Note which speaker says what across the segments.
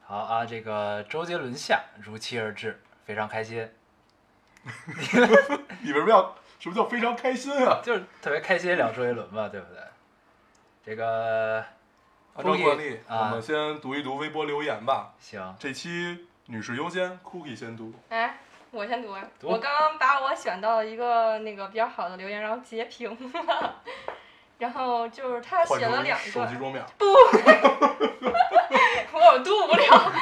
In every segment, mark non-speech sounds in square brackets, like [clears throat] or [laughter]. Speaker 1: 好啊，这个周杰伦下如期而至，非常开心，
Speaker 2: 你为什么要什么叫非常开心啊？
Speaker 1: 就是特别开心聊周杰伦嘛，对不对？这个
Speaker 2: 按照惯例，
Speaker 1: 啊
Speaker 2: 我们先读一读微博留言吧。
Speaker 1: 行，
Speaker 2: 这期女士优先，Cookie 先读。
Speaker 3: 哎，我先读啊，
Speaker 1: 读
Speaker 3: 我刚刚把我选到了一个那个比较好的留言，然后截屏了， [laughs] 然后就是他
Speaker 2: 换
Speaker 3: 写了
Speaker 2: 成
Speaker 3: 两
Speaker 2: 手机
Speaker 3: 段，
Speaker 2: 钟表，
Speaker 3: 我读不了。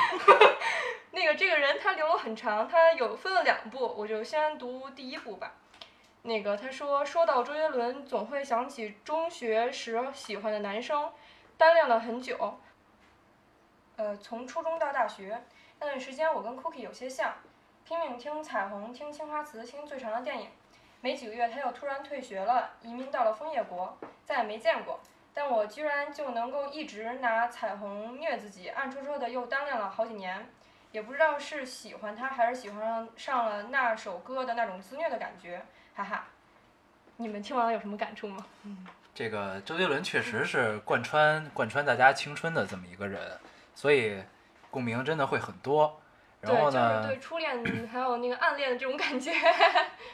Speaker 3: [laughs] 那个这个人他留了很长，他有分了两步，我就先读第一步吧。那个他说，说到周杰伦，总会想起中学时喜欢的男生，单恋了很久。呃，从初中到大学那段时间，我跟 Cookie 有些像，拼命听彩虹，听青花瓷，听最长的电影。没几个月，他又突然退学了，移民到了枫叶国，再也没见过。但我居然就能够一直拿彩虹虐自己，暗戳戳的又单恋了好几年，也不知道是喜欢他还是喜欢上上了那首歌的那种自虐的感觉，哈哈。你们听完了有什么感触吗？
Speaker 1: 这个周杰伦确实是贯穿贯穿大家青春的这么一个人，所以共鸣真的会很多。
Speaker 3: 对，
Speaker 1: 然后
Speaker 3: 就是
Speaker 1: 呢，
Speaker 3: 对初恋还有那个暗恋的这种感觉，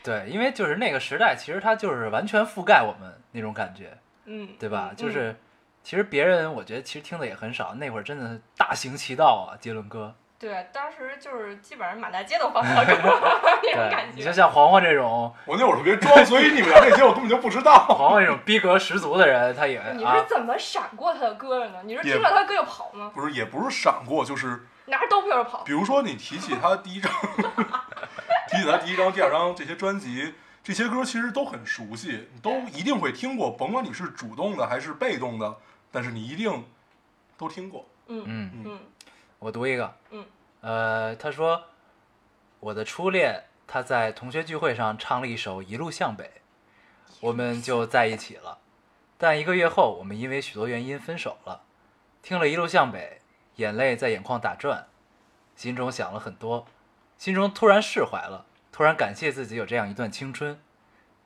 Speaker 1: 对，因为就是那个时代，其实他就是完全覆盖我们那种感觉，
Speaker 3: 嗯，
Speaker 1: 对吧？
Speaker 3: 嗯
Speaker 1: 就是其实别人我觉得其实听的也很少，那会儿真的大行其道啊，杰伦哥。
Speaker 3: 对，当时就是基本上满大街都放小
Speaker 1: [laughs]
Speaker 3: 狗那种
Speaker 1: 对
Speaker 3: 感，
Speaker 1: 你就
Speaker 3: 觉。
Speaker 1: 像黄黄这种
Speaker 2: 我那会儿特别装，所以你们聊这些我根本就不知道。
Speaker 1: 黄黄这种逼格十足的人，他也
Speaker 3: 你
Speaker 1: 啊
Speaker 3: 是，怎么闪过他的歌的呢？你是
Speaker 2: 也
Speaker 3: 听着他歌就跑吗？
Speaker 2: 不是，也不是闪过，就是
Speaker 3: 拿着刀片儿跑
Speaker 2: 比？如说你提起他第一张， [laughs] 提起他第一张、第二张这些专辑，这些歌其实都很熟悉，你都一定会听过，甭管你是主动的还是被动的，但是你一定都听过。
Speaker 3: 嗯
Speaker 1: 嗯，
Speaker 3: 嗯
Speaker 1: 我读一个，
Speaker 3: 嗯，
Speaker 1: 呃，他说我的初恋，他在同学聚会上唱了一首《一路向北》，我们就在一起了。但一个月后，我们因为许多原因分手了。听了《一路向北》，眼泪在眼眶打转，心中想了很多，心中突然释怀了，突然感谢自己有这样一段青春。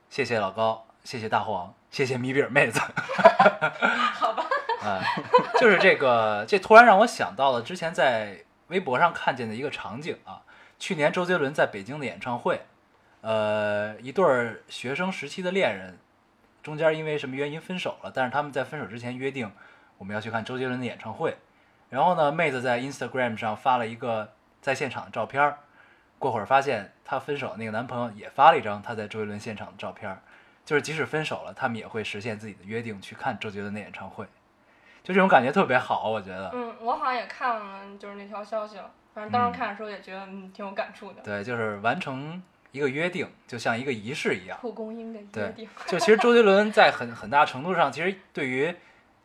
Speaker 1: 谢谢老高，谢谢大黄，谢谢米饼妹子。 [laughs]
Speaker 3: 好吧，
Speaker 1: 啊，就是这个，这突然让我想到了之前在微博上看见的一个场景啊，去年周杰伦在北京的演唱会，呃，一对儿学生时期的恋人，中间因为什么原因分手了，但是他们在分手之前约定，我们要去看周杰伦的演唱会。然后呢，妹子在 Instagram 上发了一个在现场的照片儿，过会儿发现她分手的那个男朋友也发了一张她在周杰伦现场的照片儿，就是即使分手了，他们也会实现自己的约定，去看周杰伦的演唱会。就这种感觉特别好，我觉得。
Speaker 3: 嗯，我好像也看了，就是那条消息了。反正当时看的时候也觉得，嗯，挺有感触的。
Speaker 1: 对，就是完成一个约定，就像一个仪式一样。
Speaker 3: 蒲公英的约
Speaker 1: 对
Speaker 3: 定，，
Speaker 1: 就其实周杰伦在很很大程度上，其实对于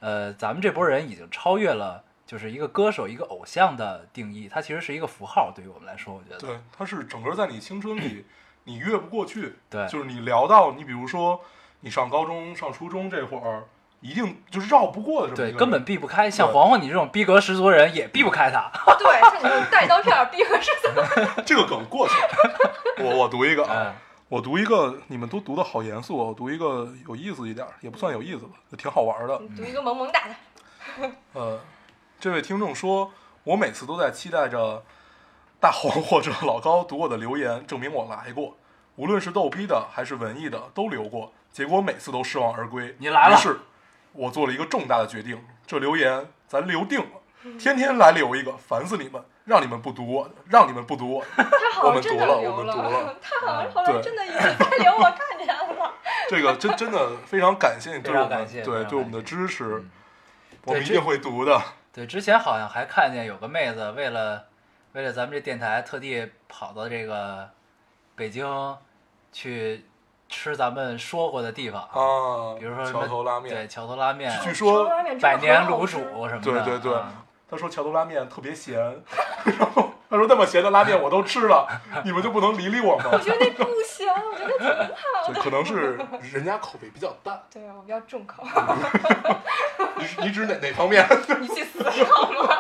Speaker 1: 呃咱们这波人已经超越了就是一个歌手、一个偶像的定义，他其实是一个符号，对于我们来说，我觉得。
Speaker 2: 对，它是整个在你青春 [clears throat] 里你越不过去，
Speaker 1: 对
Speaker 2: 就是你聊到你比如说你上高中、上初中这会儿，一定就是绕不过的这么
Speaker 1: 对
Speaker 2: 一个
Speaker 1: 根本
Speaker 2: 人
Speaker 1: 避不开，像
Speaker 2: 对啊
Speaker 1: 黄黄你这种逼格十足的人也避不开他。
Speaker 3: 哦对，像你这种带刀片儿逼合是
Speaker 2: [laughs]
Speaker 3: 怎么？
Speaker 2: 这个梗过去了。 [laughs] 我我读一个
Speaker 1: 嗯，
Speaker 2: 啊，[laughs] 我读一个，你们都读的好严肃，我读一个有意思一点儿，也不算有意思吧，就挺好玩的。
Speaker 3: 你读一个萌萌哒的，
Speaker 1: 嗯
Speaker 2: 呃，这位听众说，我每次都在期待着大黄或者老高读我的留言，证明我来过。无论是逗逼的还是文艺的，都留过，结果每次都失望而归。
Speaker 1: 你来了
Speaker 2: 于是我做了一个重大的决定，这留言咱留定了，天天来留一个，烦死你们，让你们不读我的，让你们不读我的。
Speaker 3: 他
Speaker 2: 我
Speaker 3: 好像
Speaker 2: 们
Speaker 3: 真
Speaker 2: 读
Speaker 3: 的
Speaker 2: 了
Speaker 3: 留
Speaker 2: 我们读了嗯
Speaker 3: 他好像后
Speaker 2: 对
Speaker 3: 来真的有在留，我看见了。
Speaker 2: 这个真真的非常感谢你对
Speaker 1: 非常
Speaker 2: 我们
Speaker 1: 感谢非
Speaker 2: 对
Speaker 1: 常
Speaker 2: 对我们
Speaker 1: 感
Speaker 2: 的
Speaker 1: 谢
Speaker 2: 支持
Speaker 1: 嗯，
Speaker 2: 我
Speaker 1: 对
Speaker 2: 们一
Speaker 1: 这
Speaker 2: 定会读的。
Speaker 1: 对，之前好像还看见有个妹子为了为了咱们这电台特地跑到这个北京去吃咱们说过的地方啊，
Speaker 2: 啊，
Speaker 1: 比如说什么
Speaker 2: 桥头拉面
Speaker 1: 对，，桥头拉面，
Speaker 2: [laughs] 据说
Speaker 3: 吃拉面真的
Speaker 1: 百年
Speaker 3: 很好
Speaker 1: 卤
Speaker 3: 吃
Speaker 1: 煮什么的，
Speaker 2: 对对对
Speaker 1: 啊
Speaker 2: 他说桥头拉面特别咸， [laughs] 然后他说那么咸的拉面我都吃了，你们就不能理理我吗
Speaker 3: 我？觉得那不行，
Speaker 2: [laughs]
Speaker 3: 我觉得挺好
Speaker 2: 就
Speaker 3: 的。
Speaker 2: 可能是人家口味比较
Speaker 3: [laughs]
Speaker 2: 淡，
Speaker 3: 对，啊我比较重口，
Speaker 2: 你你指哪哪方面？
Speaker 3: 你去死好吗？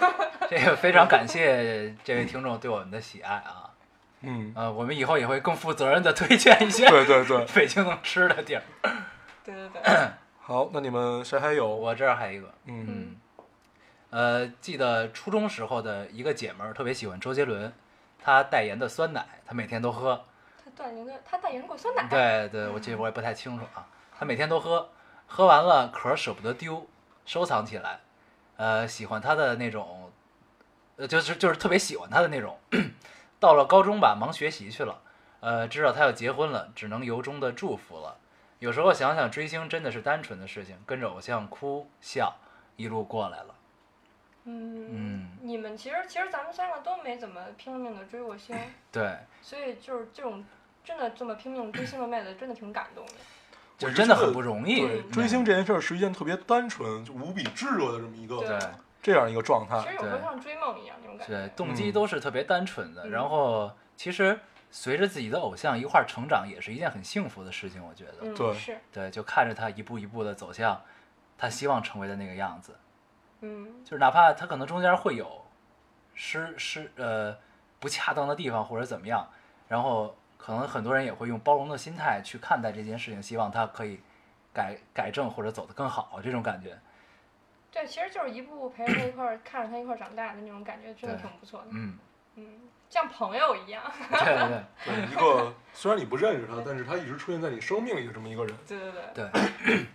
Speaker 3: [laughs]
Speaker 1: [laughs] 这个非常感谢这位听众对我们的喜爱啊，
Speaker 2: [laughs] 嗯，
Speaker 1: 呃，我们以后也会更负责任的推荐一些
Speaker 2: 对对对，
Speaker 1: 北京能吃的地儿。
Speaker 3: 对对
Speaker 2: [laughs]
Speaker 3: 嗯对，
Speaker 2: 好，那你们谁还有？
Speaker 1: 我这儿还有一个，
Speaker 2: 嗯
Speaker 1: 呃，记得初中时候的一个姐们儿特别喜欢周杰伦，她代言的酸奶，她每天都喝。
Speaker 3: 他代言的，他代言过酸奶。
Speaker 1: 对对，我这我也不太清楚啊。她每天都喝，喝完了壳儿舍不得丢，收藏起来。呃，喜欢她的那种，呃，就是就是特别喜欢她的那种。 [clears throat] 到了高中吧，忙学习去了。呃，知道她要结婚了，只能由衷的祝福了。有时候想想，追星真的是单纯的事情，跟着偶像哭笑，一路过来了。
Speaker 3: 嗯，你们其实其实咱们三个都没怎么拼命的追过星，
Speaker 1: 对，
Speaker 3: 所以就是这种真的这么拼命地追星的妹子，真的挺感动的。
Speaker 1: 就
Speaker 2: 我
Speaker 1: 真的
Speaker 2: 觉得
Speaker 1: 很不容易。嗯
Speaker 2: 对，追星这件事儿是一件特别单纯、就无比炙热的这么一
Speaker 1: 对
Speaker 2: 个
Speaker 3: 对
Speaker 2: 这样一个状
Speaker 3: 其
Speaker 2: 态。
Speaker 3: 实有时
Speaker 1: 啊对
Speaker 3: 候像追梦一样那种感
Speaker 1: 对，
Speaker 3: 觉。
Speaker 1: 动机都是特别单纯的。
Speaker 3: 嗯
Speaker 1: 然后其实随着自己的偶像一块儿成长，也是一件很幸福的事情，我觉得。
Speaker 3: 嗯，
Speaker 2: 对
Speaker 3: 是，
Speaker 1: 对，就看着他一步一步的走向他希望成为的那个样子，
Speaker 3: 嗯，
Speaker 1: 就是哪怕他可能中间会有失失呃不恰当的地方或者怎么样，然后可能很多人也会用包容的心态去看待这件事情，希望他可以改改正或者走得更好这种感觉。
Speaker 3: 对，其实就是一步步陪着他一块儿，看着他一块儿长大的那种感觉，真的
Speaker 1: 对
Speaker 3: 挺不错的。
Speaker 1: 嗯， [laughs]
Speaker 3: 嗯，像朋友一样。
Speaker 1: 对对对。
Speaker 2: 对，一个虽然你不认识他，但是他一直出现在你生命里的这么一个人。
Speaker 3: 对对对。
Speaker 1: 对，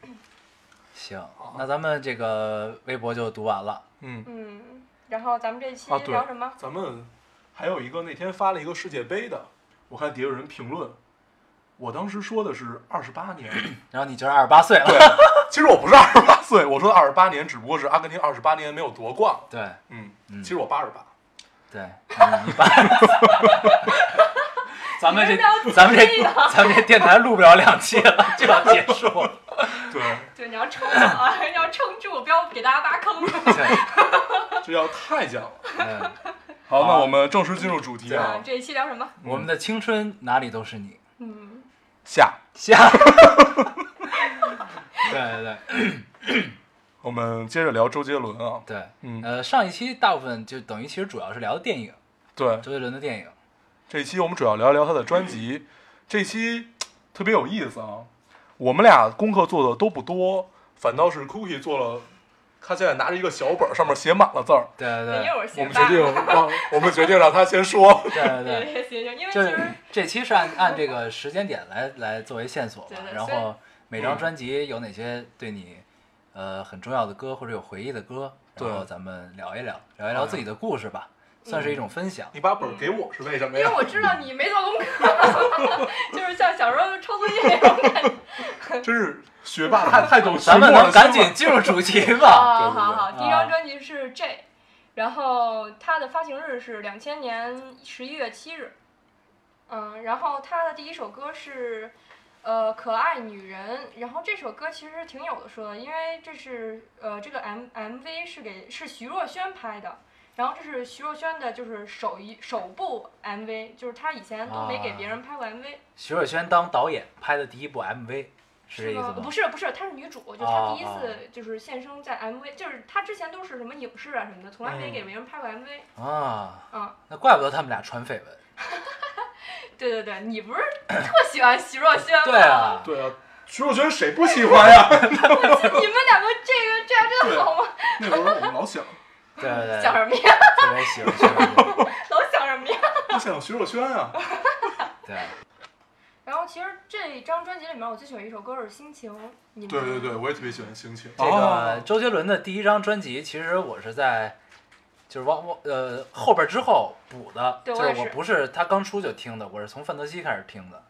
Speaker 1: [coughs] 行，那咱们这个微博就读完了。
Speaker 2: 嗯，
Speaker 3: 嗯，然后咱们这期
Speaker 2: 啊对
Speaker 3: 聊什么？
Speaker 2: 咱们还有一个那天发了一个世界杯的，我看底下有人评论，我当时说的是二十八年， [laughs]
Speaker 1: 然后你就是二十八岁了，
Speaker 2: 对，其实我不是二十八岁，我说的二十八年只不过是阿根廷二十八年没有夺冠了。
Speaker 1: 对
Speaker 2: 嗯，
Speaker 1: 嗯
Speaker 2: 其实我八十八，
Speaker 1: 对，嗯一般。咱们
Speaker 3: 你们聊
Speaker 1: 这咱们
Speaker 3: 这
Speaker 1: 这
Speaker 3: 个
Speaker 1: 咱们这电台录不了两期了，就要结
Speaker 3: [laughs]
Speaker 1: 束了。
Speaker 2: 对，
Speaker 3: 对，你要撑住啊， [coughs] 要撑住，不要给大家挖坑。
Speaker 1: 对，
Speaker 2: 这叫太监了。
Speaker 1: 嗯，
Speaker 2: 好，
Speaker 1: 好
Speaker 2: 那我们正式进入主题
Speaker 3: 啊
Speaker 2: 啊，，
Speaker 3: 这一期聊什么？
Speaker 1: 我们的青春哪里都是你。
Speaker 3: 嗯，
Speaker 2: 下
Speaker 3: [laughs]
Speaker 1: 下。对对对
Speaker 2: 我们接着聊周杰伦啊，
Speaker 1: 对，
Speaker 2: 嗯
Speaker 1: 呃，上一期大部分就等于其实主要是聊电影，
Speaker 2: 对，
Speaker 1: 周杰伦的电影。
Speaker 2: 这一期我们主要聊一聊他的专辑。这一期特别有意思啊，我们俩功课做的都不多，反倒是 Cookie 做了，他现在拿着一个小本儿，上面写满了字儿。
Speaker 1: 对对
Speaker 3: 一
Speaker 1: 对
Speaker 3: 会儿
Speaker 2: 我
Speaker 3: 学
Speaker 2: 们决
Speaker 3: 霸。
Speaker 2: 定让，我们决定让他先说。
Speaker 1: 对对
Speaker 3: [laughs]
Speaker 1: 对
Speaker 3: 对。对行行，因为其
Speaker 1: 就是
Speaker 3: 实
Speaker 1: 这期是按按这个时间点来来作为线索吧
Speaker 3: 对对，
Speaker 1: 然
Speaker 3: 虽然
Speaker 1: 后每张专辑有哪些对你呃很重要的歌或者有回忆的歌，然后
Speaker 2: 对
Speaker 1: 咱们聊一聊，聊一聊自己的故事吧，算
Speaker 3: 嗯
Speaker 1: 是一种分享。
Speaker 2: 你把本儿给我是为什么
Speaker 3: 因
Speaker 2: 呀？
Speaker 3: 为我知道你没做功课， [laughs] 就是像小时候抄作业那种感觉。
Speaker 2: 真是学霸太太懂
Speaker 1: 咱们
Speaker 2: 了，
Speaker 1: 能赶紧进入主题
Speaker 3: [laughs]
Speaker 1: 吧？
Speaker 3: 啊，
Speaker 2: 对对
Speaker 3: 好好，
Speaker 1: 对
Speaker 3: 第一张专辑是 J，然后它的发行日是两千年十一月七日。嗯，然后它的第一首歌是呃《可爱女人》，然后这首歌其实挺有的说的，因为这是呃这个 M M V 是给是徐若瑄拍的。然后这是徐若瑄的，就是首一首部 MV，就是她以前都
Speaker 2: 啊
Speaker 3: 没给别人拍过 MV，、
Speaker 1: 徐若瑄当导演拍的第一部 MV 是这意思
Speaker 3: 吗
Speaker 1: 吗？？哦
Speaker 3: 不是不是，她是女主，就是她第一次就是现身在 MV，就是她之前都是什么影视啊什么的，从来没给
Speaker 1: 嗯
Speaker 3: 别人拍过 MV。
Speaker 1: 啊，
Speaker 3: 嗯，
Speaker 1: 那怪不得他们俩传绯闻。
Speaker 3: 对对对，你不是特喜欢徐若瑄吗？
Speaker 1: 对，啊，
Speaker 2: 对啊，徐若瑄谁不喜欢呀？
Speaker 3: [laughs] 你们两个这个这样真的好吗？
Speaker 2: 那会儿我们老想，
Speaker 1: 对对对，
Speaker 3: [laughs] 想什么呀？
Speaker 1: 特别喜欢徐若瑄。
Speaker 3: 老想什么呀？ [laughs]
Speaker 2: 我想徐若瑄啊。
Speaker 1: 对，啊
Speaker 3: 然后其实这张专辑里面，我最喜欢一首歌是《心情》，你们
Speaker 2: 对对对，我也特别喜欢心情。
Speaker 1: 这个
Speaker 2: 哦
Speaker 1: 周杰伦的第一张专辑，其实我是在就是往我呃后边之后补的，
Speaker 3: 对
Speaker 1: 就
Speaker 3: 我也
Speaker 1: 是我
Speaker 3: 是
Speaker 1: 不是他刚出就听的，我是从范德西开始听
Speaker 3: [laughs]
Speaker 1: 的。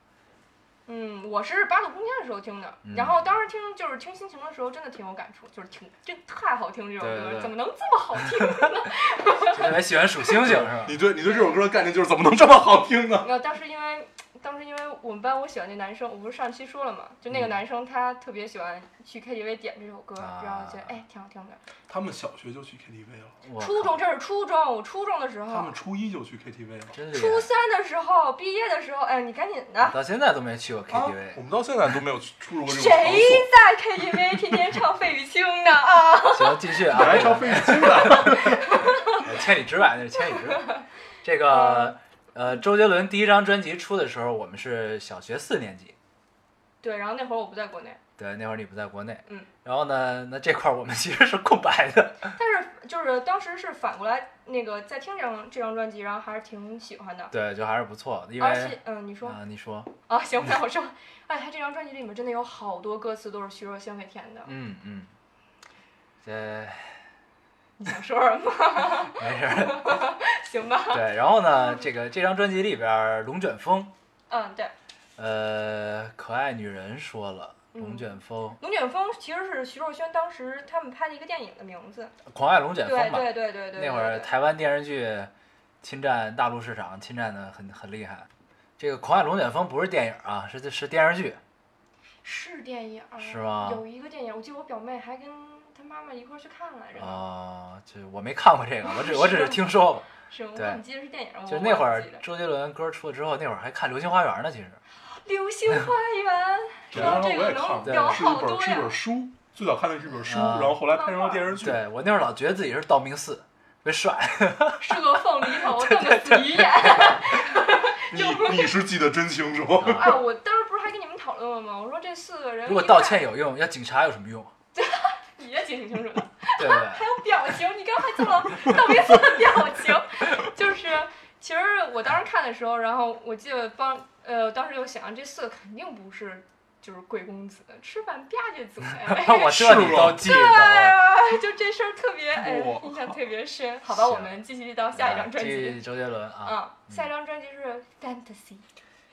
Speaker 3: 嗯，我是八度空间的时候听的，
Speaker 1: 嗯
Speaker 3: 然后当时听就是听《心情》的时候，真的挺有感触，就是挺这太好听这首
Speaker 1: 对对
Speaker 3: 歌，
Speaker 1: 对
Speaker 3: 怎么能这么好听呢？
Speaker 1: 就特别喜欢数星星是吧？
Speaker 2: 你对你对这首歌的概念就是怎么能这么好听呢？
Speaker 3: 没有，当时因为当时因为我们班我喜欢那男生，我不是上期说了嘛，就那个
Speaker 1: 嗯
Speaker 3: 男生他特别喜欢去 KTV 点这首歌，
Speaker 1: 啊
Speaker 3: 然后觉得哎挺好听的。
Speaker 2: 他们小学就去 KTV 了，
Speaker 1: 我
Speaker 3: 初
Speaker 1: 靠
Speaker 3: 中这是初中，我初中的时
Speaker 2: 他
Speaker 3: 候
Speaker 2: 们，初一就去 KTV 了。
Speaker 1: 真厉
Speaker 3: 初
Speaker 1: 害，
Speaker 3: 三的时候，毕业的时候，哎你赶紧的，
Speaker 1: 到现在都没去
Speaker 3: 哦
Speaker 1: 过
Speaker 2: 啊
Speaker 1: KTV，、，
Speaker 2: 我们到现在都没有去出入过这种场
Speaker 3: 谁
Speaker 2: 所。
Speaker 3: 在 KTV 天天唱费玉清呢 [laughs] 啊？
Speaker 1: 行，继续啊，
Speaker 2: 还唱费玉清的，，
Speaker 1: [laughs] 千里之外那
Speaker 3: [laughs]
Speaker 1: 是千里之
Speaker 3: 嗯
Speaker 1: 外。这个呃，周杰伦第一张专辑出的时候，我们是小学四年级，
Speaker 3: 对，然后那会儿我不在国内，
Speaker 1: 对，那会儿你不在国内，
Speaker 3: 嗯，
Speaker 1: 然后呢，那这块儿我们其实是空白的，
Speaker 3: 但是就是当时是反过来那个在听这张这张专辑，然后还是挺喜欢的。
Speaker 1: 对，就还是不错的，因为
Speaker 3: 而且，嗯，你说
Speaker 1: 啊、你说，
Speaker 3: 啊，行，那我说，哎，他这张专辑里面真的有好多歌词都是徐若瑄给填的，
Speaker 1: 嗯嗯，这 [laughs]
Speaker 3: 你想说什么？ [laughs]
Speaker 1: 没事儿，
Speaker 3: 行吧，
Speaker 1: 对，然后呢，这个这张专辑里边儿，龙卷风，
Speaker 3: 嗯，对，
Speaker 1: 呃，可爱女人说了，龙
Speaker 3: 嗯
Speaker 1: 卷风，
Speaker 3: 龙卷风其实是徐若瑄当时他们拍的一个电影的名字，
Speaker 1: 狂爱龙卷
Speaker 3: 对
Speaker 1: 风嘛，
Speaker 3: 对对对对，
Speaker 1: 那会儿
Speaker 3: 对
Speaker 1: 台湾电视剧侵占大陆市场，侵占的很很厉害。这个《狂爱龙卷风》不是电影啊，是是电视剧。
Speaker 3: 是电影儿
Speaker 1: 是吗
Speaker 3: 有一个电影，我记得我表妹还跟她妈妈一块儿去看来着，
Speaker 1: 啊、这我没看过这个，我只我只是听说过。
Speaker 3: 是我
Speaker 1: 对
Speaker 3: 忘记得是电影儿，我
Speaker 1: 就那会
Speaker 3: 忘
Speaker 1: 儿
Speaker 3: 记了
Speaker 1: 周杰伦歌出了之后，那会儿还看《流星花园》呢，其实。
Speaker 3: 《流星花
Speaker 1: [laughs]
Speaker 3: 园》说到
Speaker 2: [laughs] 然后
Speaker 3: 这
Speaker 2: 我
Speaker 3: 个
Speaker 2: 也看
Speaker 3: 能
Speaker 1: 对
Speaker 3: 聊
Speaker 2: 过，是一
Speaker 3: 好
Speaker 2: 本
Speaker 3: 多
Speaker 2: 是一本
Speaker 3: 呀，
Speaker 2: 书，最早看的是一本书，
Speaker 1: 啊
Speaker 2: 然后后来拍成了电视剧。
Speaker 1: 对我那会儿老觉得自己是道明寺，特别帅。
Speaker 3: [laughs] 是个凤梨头，
Speaker 1: [laughs]
Speaker 3: 瞪个死鱼眼。
Speaker 2: 你你是记得真清楚。
Speaker 3: 啊，我当时不是还跟你们讨论了吗？我说这四个人
Speaker 1: 如果
Speaker 3: 一
Speaker 1: 道
Speaker 3: 看
Speaker 1: 歉有用，要警察有什么用？
Speaker 3: [laughs] 你也挺清楚的，
Speaker 1: 对不对？
Speaker 3: 表情，你刚才做了道明寺的表情， [laughs] 就是其实我当时看的时候，然后我记得帮呃，当时就想这四个肯定不是就是贵公子，吃饭吧唧
Speaker 1: [laughs]
Speaker 3: 嘴，
Speaker 1: 我知道你都记得。
Speaker 3: 哎
Speaker 1: 我
Speaker 3: 呀， [laughs] 就这事儿特别哎
Speaker 2: 哇，
Speaker 3: 印象特别深。好吧，我们继续到下一张专
Speaker 1: 继
Speaker 3: 辑。
Speaker 1: 啊周杰伦啊，
Speaker 3: 嗯，下一张专辑是 Fantasy，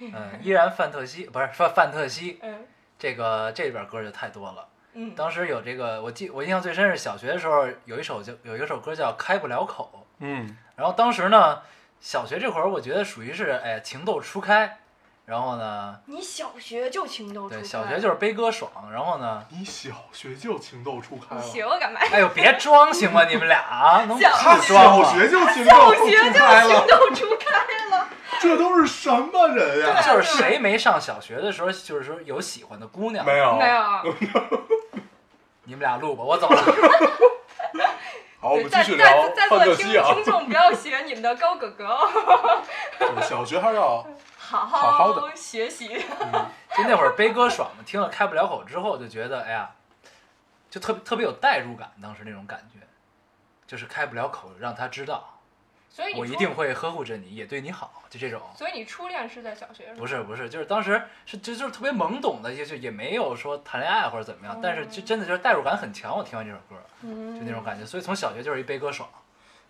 Speaker 1: 嗯，依然范特西不是范范特西，
Speaker 3: 嗯
Speaker 1: 这个这里边歌就太多了。
Speaker 3: 嗯，
Speaker 1: 当时有这个，我记我印象最深是小学的时候有一首就有一首歌叫《开不了口
Speaker 2: 嗯》，，
Speaker 1: 然后当时呢，小学这会儿我觉得属于是哎情窦初开，然后呢，
Speaker 3: 你小学就情窦初
Speaker 1: 对
Speaker 3: 开，
Speaker 1: 小学就是悲歌爽，然后呢，
Speaker 2: 你小学就情窦初开
Speaker 3: 你
Speaker 2: 了，
Speaker 3: 学我干嘛？
Speaker 1: 哎呦别装行吗？你们俩
Speaker 3: [laughs]
Speaker 1: 啊能
Speaker 2: 他
Speaker 1: 不装
Speaker 2: 小
Speaker 1: 吗？
Speaker 2: 学就情窦初
Speaker 3: 学就
Speaker 2: 开
Speaker 3: 情
Speaker 2: 了，
Speaker 3: 窦初开了。
Speaker 2: 这都是什么人
Speaker 1: [laughs]
Speaker 2: 呀、
Speaker 3: 对啊
Speaker 1: 就是谁没上小学的时候，就是说有喜欢的姑娘，
Speaker 2: 没有
Speaker 3: 没，有，
Speaker 1: 你们俩录吧，我走了。 [laughs]
Speaker 2: 好，我
Speaker 3: 对
Speaker 2: 们继
Speaker 3: 在
Speaker 2: 续
Speaker 3: 在
Speaker 2: 聊
Speaker 3: 在
Speaker 2: 范
Speaker 3: 座
Speaker 2: 特
Speaker 3: 的听
Speaker 2: 西啊。
Speaker 3: 听众不要学你们的高哥哥哦，
Speaker 2: 就是小学还是要
Speaker 3: 好
Speaker 2: 好好
Speaker 3: 好学习。
Speaker 1: 就那会儿悲歌爽嘛，听了开不了口之后，就觉得哎呀，就特特别有代入感，当时那种感觉，就是开不了口，让他知道
Speaker 3: 所哎以你
Speaker 1: 我一
Speaker 3: 初
Speaker 1: 定。会呵护着你，也对你好，就这种。
Speaker 3: 所以你初恋是在小学是吗？
Speaker 1: 不是不是，就是当时是就就是特别懵懂的，也就也没有说谈恋爱或者怎
Speaker 3: 哦
Speaker 1: 么样，但是就真的就是代入感很强。我听完这首歌，
Speaker 3: 嗯，
Speaker 1: 就那种感觉，所以从小学就是一悲歌爽。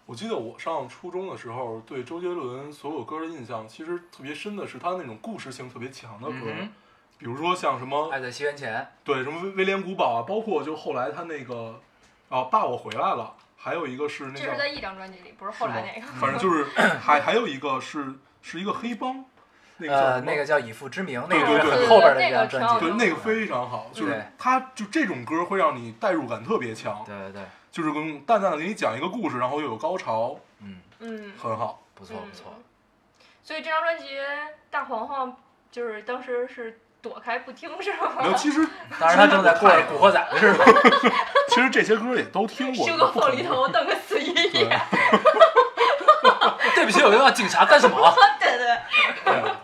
Speaker 2: 我记得我上初中的时候，对周杰伦所有歌的印象，其实特别深的是他那种故事性特别强的歌，
Speaker 1: 嗯哎
Speaker 2: 比如说像什么
Speaker 1: 哼，爱在西元前，
Speaker 2: 对什么威威廉古堡啊，包括就后来他那个啊爸我回来了，还有一个是那
Speaker 3: 这
Speaker 2: 叫
Speaker 3: 是在一张专辑里，不是后来那个
Speaker 2: 是。吗反正就是
Speaker 3: [laughs]
Speaker 2: 还还有一个是是一个黑帮，那个叫
Speaker 1: 呃，
Speaker 2: 什么
Speaker 1: 那个叫《以父之名》，那
Speaker 2: 对
Speaker 1: 个
Speaker 2: 对
Speaker 1: 是
Speaker 2: 对
Speaker 1: 很后边的
Speaker 3: 对
Speaker 1: 一张
Speaker 3: 对
Speaker 1: 专
Speaker 3: 那个
Speaker 1: 辑。
Speaker 2: 对那个非常好，就是
Speaker 1: 对
Speaker 2: 他就这种歌会让你代入感特别强，
Speaker 1: 对对对，
Speaker 2: 就是跟淡淡的给你讲一个故事，然后又有高潮，
Speaker 1: 嗯，
Speaker 3: 嗯，
Speaker 2: 很好。
Speaker 1: 不错不错
Speaker 3: 嗯。所以这张专辑大黄黄就是当时是躲开不听是吗？
Speaker 2: 没有，其实
Speaker 1: 当时他正在过着《古惑仔》的
Speaker 3: [laughs]
Speaker 1: 日子。
Speaker 2: 其实这些歌也都听过，
Speaker 3: 修个
Speaker 2: 不可
Speaker 3: 凤梨
Speaker 1: [laughs]
Speaker 2: 能
Speaker 3: 头，瞪个死鱼
Speaker 2: 对
Speaker 3: 眼。
Speaker 1: 对不起，我又要警察干什么？
Speaker 3: 对对。
Speaker 2: 对
Speaker 1: 啊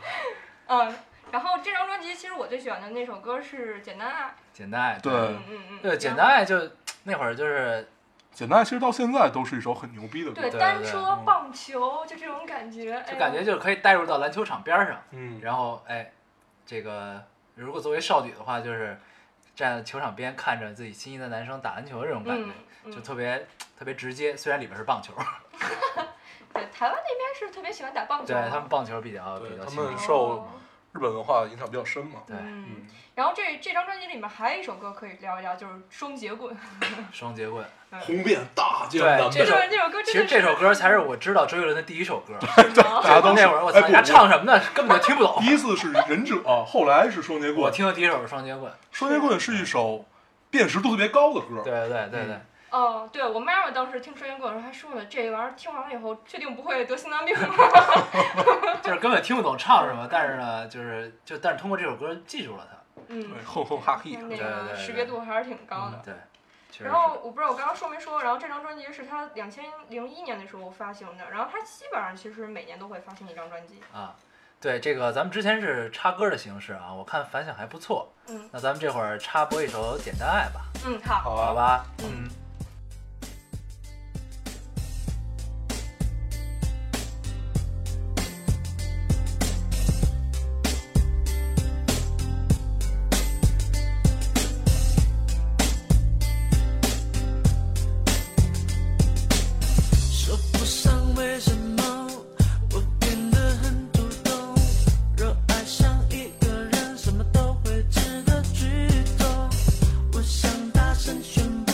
Speaker 3: 嗯，然后这张专辑其实我最喜欢的那首歌是《简单爱》。
Speaker 1: 简单爱，
Speaker 2: 对
Speaker 3: 嗯嗯嗯。
Speaker 1: 对，简
Speaker 3: 然
Speaker 1: 单啊
Speaker 3: 后。
Speaker 1: 爱就那会儿就是
Speaker 2: 简单，其实到现在都是一首很牛逼的歌
Speaker 3: 对，。
Speaker 1: 对
Speaker 3: 单
Speaker 1: 对
Speaker 3: 车、
Speaker 2: 嗯
Speaker 3: 棒球就这种感觉，
Speaker 1: 就
Speaker 3: 哎
Speaker 1: 感觉就是可以带入到篮球场边儿上，
Speaker 2: 嗯，
Speaker 1: 然后哎，这个如果作为少女的话，就是站在球场边看着自己心仪的男生打篮球这种感
Speaker 3: 嗯
Speaker 1: 觉，，
Speaker 3: 嗯
Speaker 1: 就特别特别直接。虽然里边是棒球， [laughs]
Speaker 3: 对，台湾那边是特别喜欢打棒球
Speaker 1: 对
Speaker 3: 嘛，
Speaker 1: 他们棒球比较比
Speaker 2: 对
Speaker 1: 较
Speaker 2: 他
Speaker 1: 兴
Speaker 2: 们
Speaker 1: 奋
Speaker 2: 受
Speaker 3: 哦
Speaker 2: 日日本文化影响比较深嘛。
Speaker 1: 对，
Speaker 3: 嗯，
Speaker 2: 嗯，
Speaker 3: 然后这这张专辑里面还有一首歌可以聊一聊，就是《双截棍》。
Speaker 1: 双截棍。
Speaker 2: 红遍大江
Speaker 1: 对
Speaker 2: 南
Speaker 1: 这
Speaker 3: 这
Speaker 1: 首
Speaker 2: 北，
Speaker 3: 首 [laughs] 这首歌
Speaker 1: 其
Speaker 3: 真
Speaker 1: 实
Speaker 3: 的
Speaker 1: 这首歌才
Speaker 3: 是
Speaker 1: 是我知道周杰伦的第一首歌，
Speaker 2: [laughs] 大
Speaker 3: [laughs]
Speaker 2: 家都哎
Speaker 1: 那会儿我操，人家
Speaker 2: 家
Speaker 1: 唱什么呢？根本就听不懂
Speaker 2: 第。一次是忍者，后来是双截
Speaker 1: 我
Speaker 2: 棍。
Speaker 1: 听的第一首是双截棍。
Speaker 2: 双截棍是一首辨识度特别高的歌，
Speaker 1: 对对对对对
Speaker 2: 嗯，
Speaker 3: 哦，对我妈妈当时听《双截棍》的时候还说了，这玩意儿听完了以后，确定不会得心脏病吗？
Speaker 1: [laughs]
Speaker 2: 嗯
Speaker 1: 就是根本听不懂唱什么，但是呢，就是就但是通过这首歌记住了它。
Speaker 3: 嗯，
Speaker 2: 对，哼哼哈嘿。啊
Speaker 3: 那
Speaker 1: 对对
Speaker 3: 个
Speaker 1: 对
Speaker 3: 识别度还是挺高的
Speaker 1: 嗯。对，确实
Speaker 3: 然
Speaker 1: 是。
Speaker 3: 后我不知道我刚刚说没说，然后这张专辑是他两千零一年的时候发行的，然后他基本上其实每年都会发行一张专辑。
Speaker 1: 啊，对这个咱们之前是插歌的形式啊，我看反响还不错。
Speaker 3: 嗯
Speaker 1: 那咱们这会儿插播一首《简单爱》吧，
Speaker 3: 嗯，好，
Speaker 2: 好
Speaker 1: 好
Speaker 2: 啊，
Speaker 1: 吧？
Speaker 2: 嗯，
Speaker 4: 说不上为什么，我变得很主动。若爱上一个人，什么都会值得去做。我想大声宣布，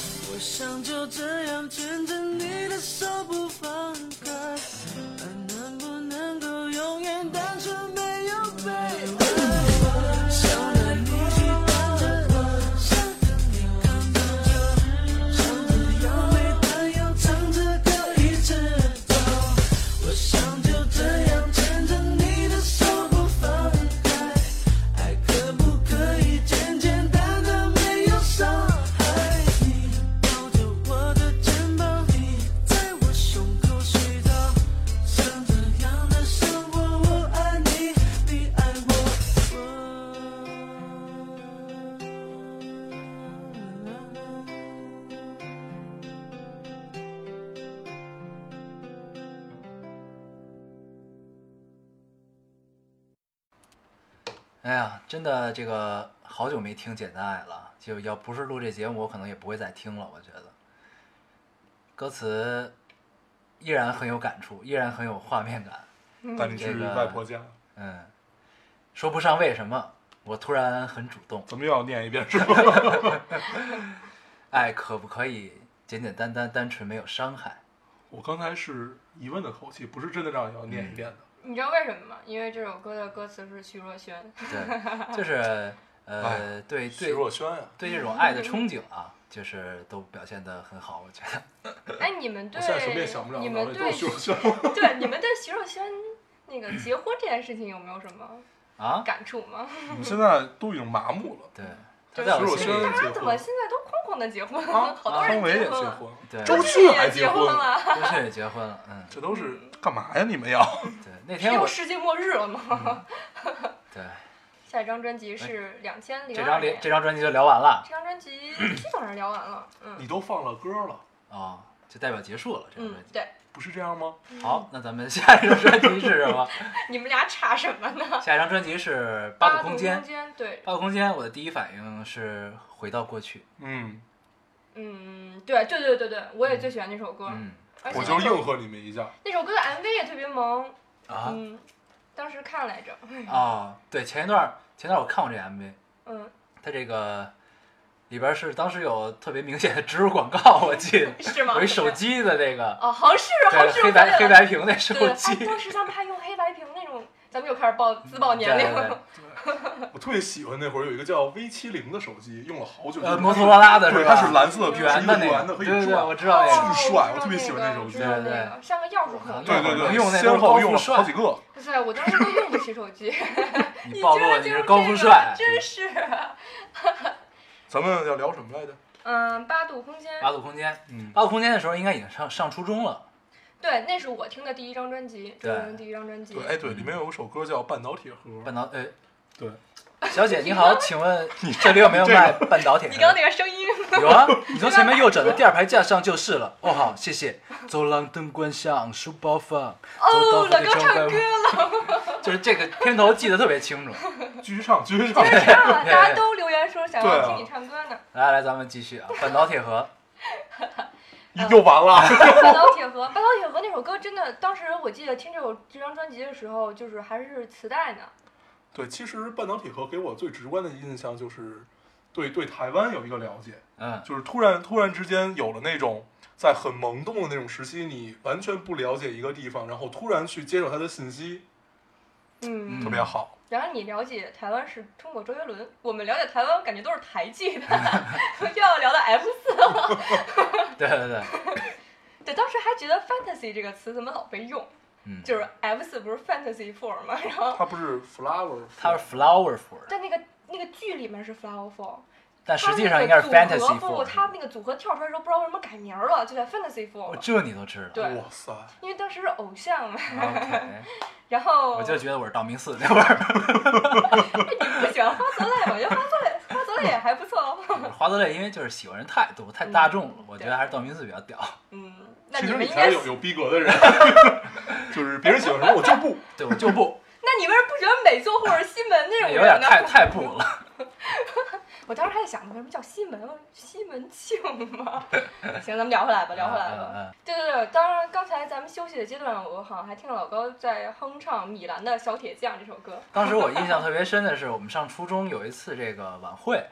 Speaker 4: 啊
Speaker 1: 哎呀，真的这个好久没听《简单爱》了，就要不是录这节目，我可能也不会再听了。我觉得歌词依然很有感触，依然很有画面感。
Speaker 3: 嗯
Speaker 2: 带你
Speaker 1: 这
Speaker 2: 去
Speaker 1: 个
Speaker 2: 外婆家，
Speaker 1: 嗯，说不上为什么，我突然很主动。
Speaker 2: 怎么又要念一遍是
Speaker 3: 嗯
Speaker 2: 吧？
Speaker 1: 爱哎可不可以简简单单、单纯没有伤害？
Speaker 2: 我刚才是疑问的口气，不是真的让你要念一遍的。
Speaker 3: 你知道为什么吗？因为这首歌的歌词是徐若瑄。
Speaker 1: 对，就是呃，
Speaker 2: 哎
Speaker 1: 对
Speaker 2: 徐
Speaker 1: 对
Speaker 2: 若瑄啊呀，
Speaker 1: 对这种爱的憧憬啊，就是都表现得很好，我觉得。
Speaker 3: 哎，你们
Speaker 2: 我
Speaker 3: 对
Speaker 2: 现在什么也想不了，
Speaker 3: 你
Speaker 2: 脑
Speaker 3: 们
Speaker 2: 袋都
Speaker 3: 对
Speaker 2: 是徐 [laughs] 若瑄。
Speaker 3: [laughs] 对你们对徐若瑄那个结婚这件事情有没有什么
Speaker 1: 啊，
Speaker 3: 感触
Speaker 2: [laughs]
Speaker 3: 吗？
Speaker 2: 你现在都已经麻木了。
Speaker 1: 对，
Speaker 3: 就
Speaker 1: 他
Speaker 3: 是
Speaker 1: 在
Speaker 2: 徐
Speaker 1: 我心
Speaker 2: 若瑄
Speaker 1: 里，
Speaker 3: 大
Speaker 2: 结
Speaker 3: 家怎么
Speaker 2: 婚，
Speaker 3: 现在都哐哐的结婚了？
Speaker 2: 啊
Speaker 3: 好多
Speaker 1: 啊
Speaker 3: 人
Speaker 2: 汤唯也
Speaker 3: 婚
Speaker 2: 结
Speaker 3: 了，
Speaker 2: 婚， [laughs]
Speaker 1: 对，
Speaker 2: 周
Speaker 1: 周
Speaker 2: 迅还
Speaker 3: 也
Speaker 2: 结
Speaker 3: 结
Speaker 2: 婚
Speaker 3: 了，
Speaker 1: 迅也结婚了，嗯，
Speaker 2: 这都是干嘛呀？你们要？ [laughs]
Speaker 1: 对，那
Speaker 3: 是
Speaker 1: 天
Speaker 3: 又
Speaker 1: 我
Speaker 3: 世界末日了
Speaker 2: 嗯
Speaker 3: 吗？
Speaker 1: 对
Speaker 3: [laughs] 下一张专辑
Speaker 2: 哎
Speaker 3: 是两千零
Speaker 1: 这
Speaker 3: 二
Speaker 1: 张
Speaker 3: 年
Speaker 1: 这，张专辑就聊完了
Speaker 3: 这张专辑基本上聊完了，嗯
Speaker 2: 你都放了歌了，
Speaker 1: 哦，就代表结束了这张
Speaker 3: 嗯
Speaker 1: 专，辑。
Speaker 3: 对，
Speaker 2: 不是这样吗？
Speaker 3: 嗯
Speaker 1: 好，那咱们 [laughs] 下一张专辑是什么？
Speaker 3: 你们俩吵什么呢？
Speaker 1: 下一张专辑是《
Speaker 3: 八
Speaker 1: 度
Speaker 3: 度
Speaker 1: 空间》。
Speaker 3: 间，对，
Speaker 1: 八度空间，我的第一反应是回到过去。
Speaker 2: 嗯，
Speaker 3: 嗯，对对对对对，我也最喜欢那首歌，
Speaker 1: 嗯
Speaker 3: 而且
Speaker 2: 我就
Speaker 3: 那首
Speaker 2: 应和你们一下。
Speaker 3: 那首歌的 MV 也特别萌，
Speaker 1: 啊
Speaker 3: 嗯，当时看来着，
Speaker 1: 哦，对，前一段儿前一段儿我看过这 MV，
Speaker 3: 嗯，
Speaker 1: 它这个里边儿是当时有特别明显的植入广告，我记
Speaker 3: [laughs]
Speaker 1: 得
Speaker 3: [laughs] 是吗？
Speaker 1: 有一手机的那个，
Speaker 3: 哦，好像是好像
Speaker 1: 对，
Speaker 3: 是
Speaker 1: 黑
Speaker 3: 我
Speaker 1: 白
Speaker 3: 想起
Speaker 1: 黑
Speaker 3: 来了
Speaker 1: 白屏那手
Speaker 3: 对，
Speaker 1: 机，嗯
Speaker 3: 哎，当时咱们还用黑白屏那种，咱们又开始报自曝年龄
Speaker 1: 对对
Speaker 3: 了。
Speaker 2: 我特别喜欢那会儿有一个叫 V 7 0的手机，用了好久。
Speaker 1: 呃，摩托罗拉的
Speaker 2: 对，
Speaker 1: 吧？
Speaker 2: 它是蓝色的，
Speaker 1: 圆
Speaker 2: 是一
Speaker 1: 的
Speaker 2: 个
Speaker 1: 那
Speaker 2: 圆
Speaker 1: 个，
Speaker 2: 的，可
Speaker 1: 对
Speaker 2: 以
Speaker 1: 对对，
Speaker 2: 转。
Speaker 1: 我知道那个。
Speaker 2: 巨
Speaker 3: 哦
Speaker 2: 帅
Speaker 3: 我
Speaker 2: 我特别喜欢那
Speaker 3: 那
Speaker 2: 手机
Speaker 1: 对对对
Speaker 3: 像个钥匙孔。
Speaker 2: 对对
Speaker 1: 我
Speaker 2: 对，
Speaker 1: 用那
Speaker 2: 先
Speaker 1: 都是高
Speaker 2: 后
Speaker 1: 富
Speaker 2: 用了
Speaker 1: 帅
Speaker 2: 好几个。
Speaker 3: 不是，我当时都用不起手 [laughs] 机。
Speaker 1: 你暴露了你
Speaker 3: 你
Speaker 1: 是
Speaker 3: 居然就是
Speaker 1: 高富
Speaker 3: 这个
Speaker 1: 帅，嗯
Speaker 3: 真是。
Speaker 2: 咱们要聊什么来着？
Speaker 3: 嗯，八度空间
Speaker 1: 八，度空间，
Speaker 2: 嗯，
Speaker 1: 八度空间的时候应该已经上上初中了，
Speaker 3: 对，那是我听的第一张专辑，周杰伦第一张专辑。
Speaker 2: 对，哎，对，里面有一首歌叫《半导体盒》。
Speaker 1: 半导呃，
Speaker 2: 对，
Speaker 1: 小姐你
Speaker 3: [laughs]
Speaker 1: 好，请问这里有没有
Speaker 2: 你这个
Speaker 1: 卖半导体的？
Speaker 3: 你刚刚那个声音，
Speaker 1: 有
Speaker 3: [laughs]
Speaker 1: 啊，你从前面右转的第二排架上就是了。哦，好，谢谢。走廊灯关上，书包放。
Speaker 3: 哦，
Speaker 1: 走
Speaker 3: 老
Speaker 1: 到后
Speaker 3: 高唱
Speaker 1: 窗
Speaker 3: 歌
Speaker 1: 外，
Speaker 3: 了，
Speaker 1: 就是这个片头记得特别清楚。
Speaker 2: 继续唱，继续唱。
Speaker 3: 唱了，大家都留言说想
Speaker 2: 对
Speaker 3: 要
Speaker 2: 啊
Speaker 3: 听你唱歌呢。
Speaker 1: 来来，咱们继续啊，半岛铁盒。
Speaker 2: 又完了。 [laughs]
Speaker 3: [laughs] 半岛铁盒，半岛铁盒那首歌真的，当时我记得听这首这张专辑的时候，就是还是磁带呢。
Speaker 2: 对，其实半导体盒给我最直观的印象就是，对对台湾有一个了解，
Speaker 1: 嗯，
Speaker 2: 就是突然突然之间有了那种在很懵懂的那种时期，你完全不了解一个地方，然后突然去接受它的信息，
Speaker 3: 嗯
Speaker 2: 特别好。
Speaker 3: 然后你了解台湾是通过周杰伦，我们了解台湾感觉都是台剧
Speaker 1: [laughs]
Speaker 3: 的，又要聊到 F 四。
Speaker 1: 对对对，
Speaker 3: 对，当时还觉得 fantasy 这个词怎么老被用，
Speaker 1: 嗯，
Speaker 3: 就是 F 四不是 fantasy four 吗？然后
Speaker 2: 它不是 flower，
Speaker 1: 它是 flower for，
Speaker 3: 但那个那个剧里面是 flower four，
Speaker 1: 但实际上应该是 fantasy
Speaker 3: 不，
Speaker 1: for。
Speaker 3: 他那个组合跳出来的时候不知道为什么改名儿了，就叫 fantasy
Speaker 1: 我
Speaker 3: four，
Speaker 1: 哦这你都知道。
Speaker 3: 对
Speaker 2: 哇塞，
Speaker 3: 因为当时是偶像嘛。
Speaker 1: OK，
Speaker 3: [laughs] 然后
Speaker 1: 我就觉得我是道明寺那会儿，
Speaker 3: [laughs] 不喜欢花泽类，我觉得花泽类花泽类也还不错哦。
Speaker 1: 花泽类因为就是喜欢人太多太大众了，我觉得还是道明寺比较屌。
Speaker 3: 嗯，那
Speaker 2: 其
Speaker 3: 你
Speaker 2: 实
Speaker 3: 们
Speaker 2: 你
Speaker 3: 应
Speaker 2: 才
Speaker 3: 该
Speaker 2: 是有有逼格的
Speaker 3: [laughs]
Speaker 2: 人，就是别人喜欢什么我就不。
Speaker 1: 对，我就不，
Speaker 3: 那你为什么不喜欢美作或者西门那种
Speaker 1: 有
Speaker 3: 人
Speaker 1: 点
Speaker 3: 呢？
Speaker 1: 太太不了。
Speaker 3: 我当时还在想，为什么叫西门？西门庆吗？ [laughs] 行，咱们聊回来吧，聊回来吧。
Speaker 1: 嗯嗯嗯
Speaker 3: 对对对，当然刚才咱们休息的阶段，我好像还听老高在哼唱米兰的《小铁匠》这首歌。
Speaker 1: 当时我印象特别深的是，我们上初中有一次这个晚会，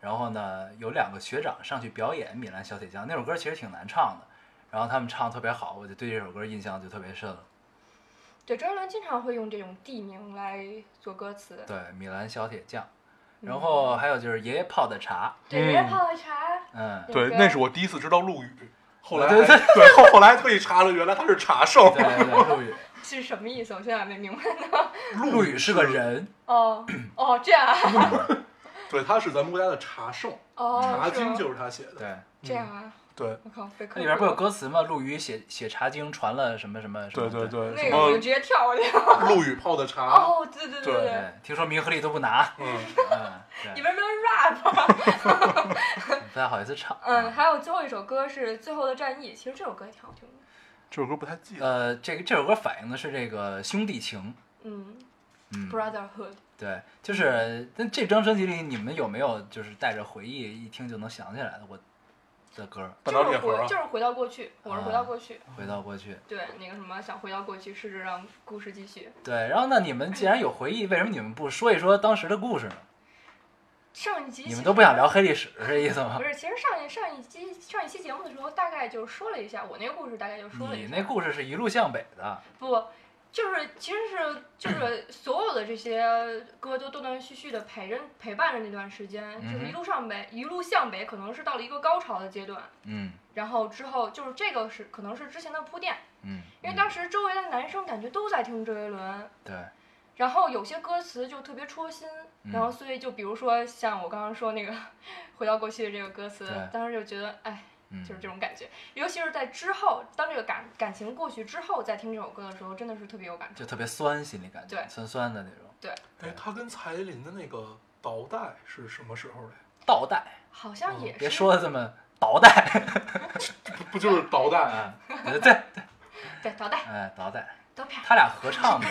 Speaker 1: 然后呢有两个学长上去表演《米兰小铁匠》那首歌，其实挺难唱的，然后他们唱得特别好，我就对这首歌印象就特别深了。
Speaker 3: 对，周杰伦经常会用这种地名来做歌词。
Speaker 1: 对，《米兰小铁匠》，然后还有就是爷爷泡的茶，
Speaker 3: 对，人家泡的茶。
Speaker 1: 嗯，
Speaker 2: 嗯对，那是我第一次知道陆羽，后来还
Speaker 1: 对对
Speaker 2: 对后后来还特意查了，原来他是茶圣
Speaker 1: 对。对对，陆羽，
Speaker 3: 是什么意思？我现在还没明白呢。
Speaker 1: 陆羽是个人，
Speaker 3: 哦哦，这样啊，
Speaker 2: 对，他是咱们国家的茶圣，
Speaker 3: 哦，
Speaker 2: 茶
Speaker 3: 是
Speaker 2: 经
Speaker 3: 吗
Speaker 2: 就是他嗯写的。
Speaker 1: 对，
Speaker 3: 这样啊。
Speaker 2: 对
Speaker 3: 我靠，被
Speaker 1: 它
Speaker 3: 坑
Speaker 1: 里边不
Speaker 3: 了
Speaker 1: 有歌词吗？陆羽写写茶经传了什么什么什么，
Speaker 2: 对对对，
Speaker 3: 那
Speaker 2: 什
Speaker 3: 个我就
Speaker 2: 么
Speaker 3: 直接跳过去了。
Speaker 2: 陆羽泡的茶，
Speaker 3: [laughs] 哦，对对对
Speaker 2: 对
Speaker 3: 对，
Speaker 1: 对，听说名和利都不拿，
Speaker 2: 嗯，
Speaker 1: 嗯，
Speaker 3: 你
Speaker 1: 对，
Speaker 3: 为什么要 rap？啊
Speaker 1: [laughs] 不太好意思唱，
Speaker 3: 嗯，还有最后一首歌是《最后的战役》，其实这首歌也挺好听的。
Speaker 1: 呃
Speaker 2: 这首歌不太记得。
Speaker 1: 呃，这个这首歌反映的是这个兄弟情，
Speaker 3: 嗯，
Speaker 1: 嗯，
Speaker 3: Brotherhood，
Speaker 1: 对，就是那这张专辑里，你们有没有就是带着回忆一听就能想起来的我的歌儿？啊
Speaker 2: 半
Speaker 3: 就
Speaker 2: 岛铁
Speaker 3: 是
Speaker 2: 盒
Speaker 3: 回
Speaker 2: 啊
Speaker 3: 就，是回到过去，我是回到过去。
Speaker 1: 回到过去，
Speaker 3: 对，那个什么想回到过去，试着让故事继续。
Speaker 1: 对，然后那你们既然有回忆，为什么你们不说一说当时的故事呢？
Speaker 3: 哎上一集
Speaker 1: 你
Speaker 3: 其
Speaker 1: 们
Speaker 3: 实
Speaker 1: 都不想聊黑历史是意思吗
Speaker 3: 不？是，其实上一上一期上一期节目的时候，大概就说了一下我那个故事，大概就说了
Speaker 1: 你
Speaker 3: 一下。
Speaker 1: 那故事是一路向北的，
Speaker 3: 不，就是其实是就是所有的这些歌都断断续续的陪着陪伴着那段时间，就是一
Speaker 1: 嗯哼
Speaker 3: 路上北，一路向北，可能是到了一个高潮的阶段，
Speaker 1: 嗯
Speaker 3: 然后之后就是这个是可能是之前的铺垫，
Speaker 1: 嗯，
Speaker 3: 因为当
Speaker 1: 时
Speaker 3: 时周围的男生感觉都在听周杰伦，
Speaker 1: 对，
Speaker 3: 然后有些歌词就特别戳心，
Speaker 1: 嗯
Speaker 3: 然后所以就比如说像我刚刚说那个回到过去的这个歌词
Speaker 1: 对，
Speaker 3: 当时就觉得哎，
Speaker 1: 嗯，
Speaker 3: 就是这种感觉，尤其是在之后，当这个感感情过去之后，再听这首歌的时候，真的是特别有感触
Speaker 1: 就。特别酸，心里感觉
Speaker 3: 对
Speaker 1: 酸酸的那种。
Speaker 2: 哎，他跟蔡依林的那个倒带是什么时候的呀？
Speaker 1: 倒带，
Speaker 3: 好像也是，
Speaker 1: 别说的这么倒带，
Speaker 2: [laughs] 不不就是倒带？
Speaker 1: 啊，对对，
Speaker 3: 对倒带
Speaker 1: 哎，倒带，
Speaker 3: 倒片儿，
Speaker 1: 他俩合唱的，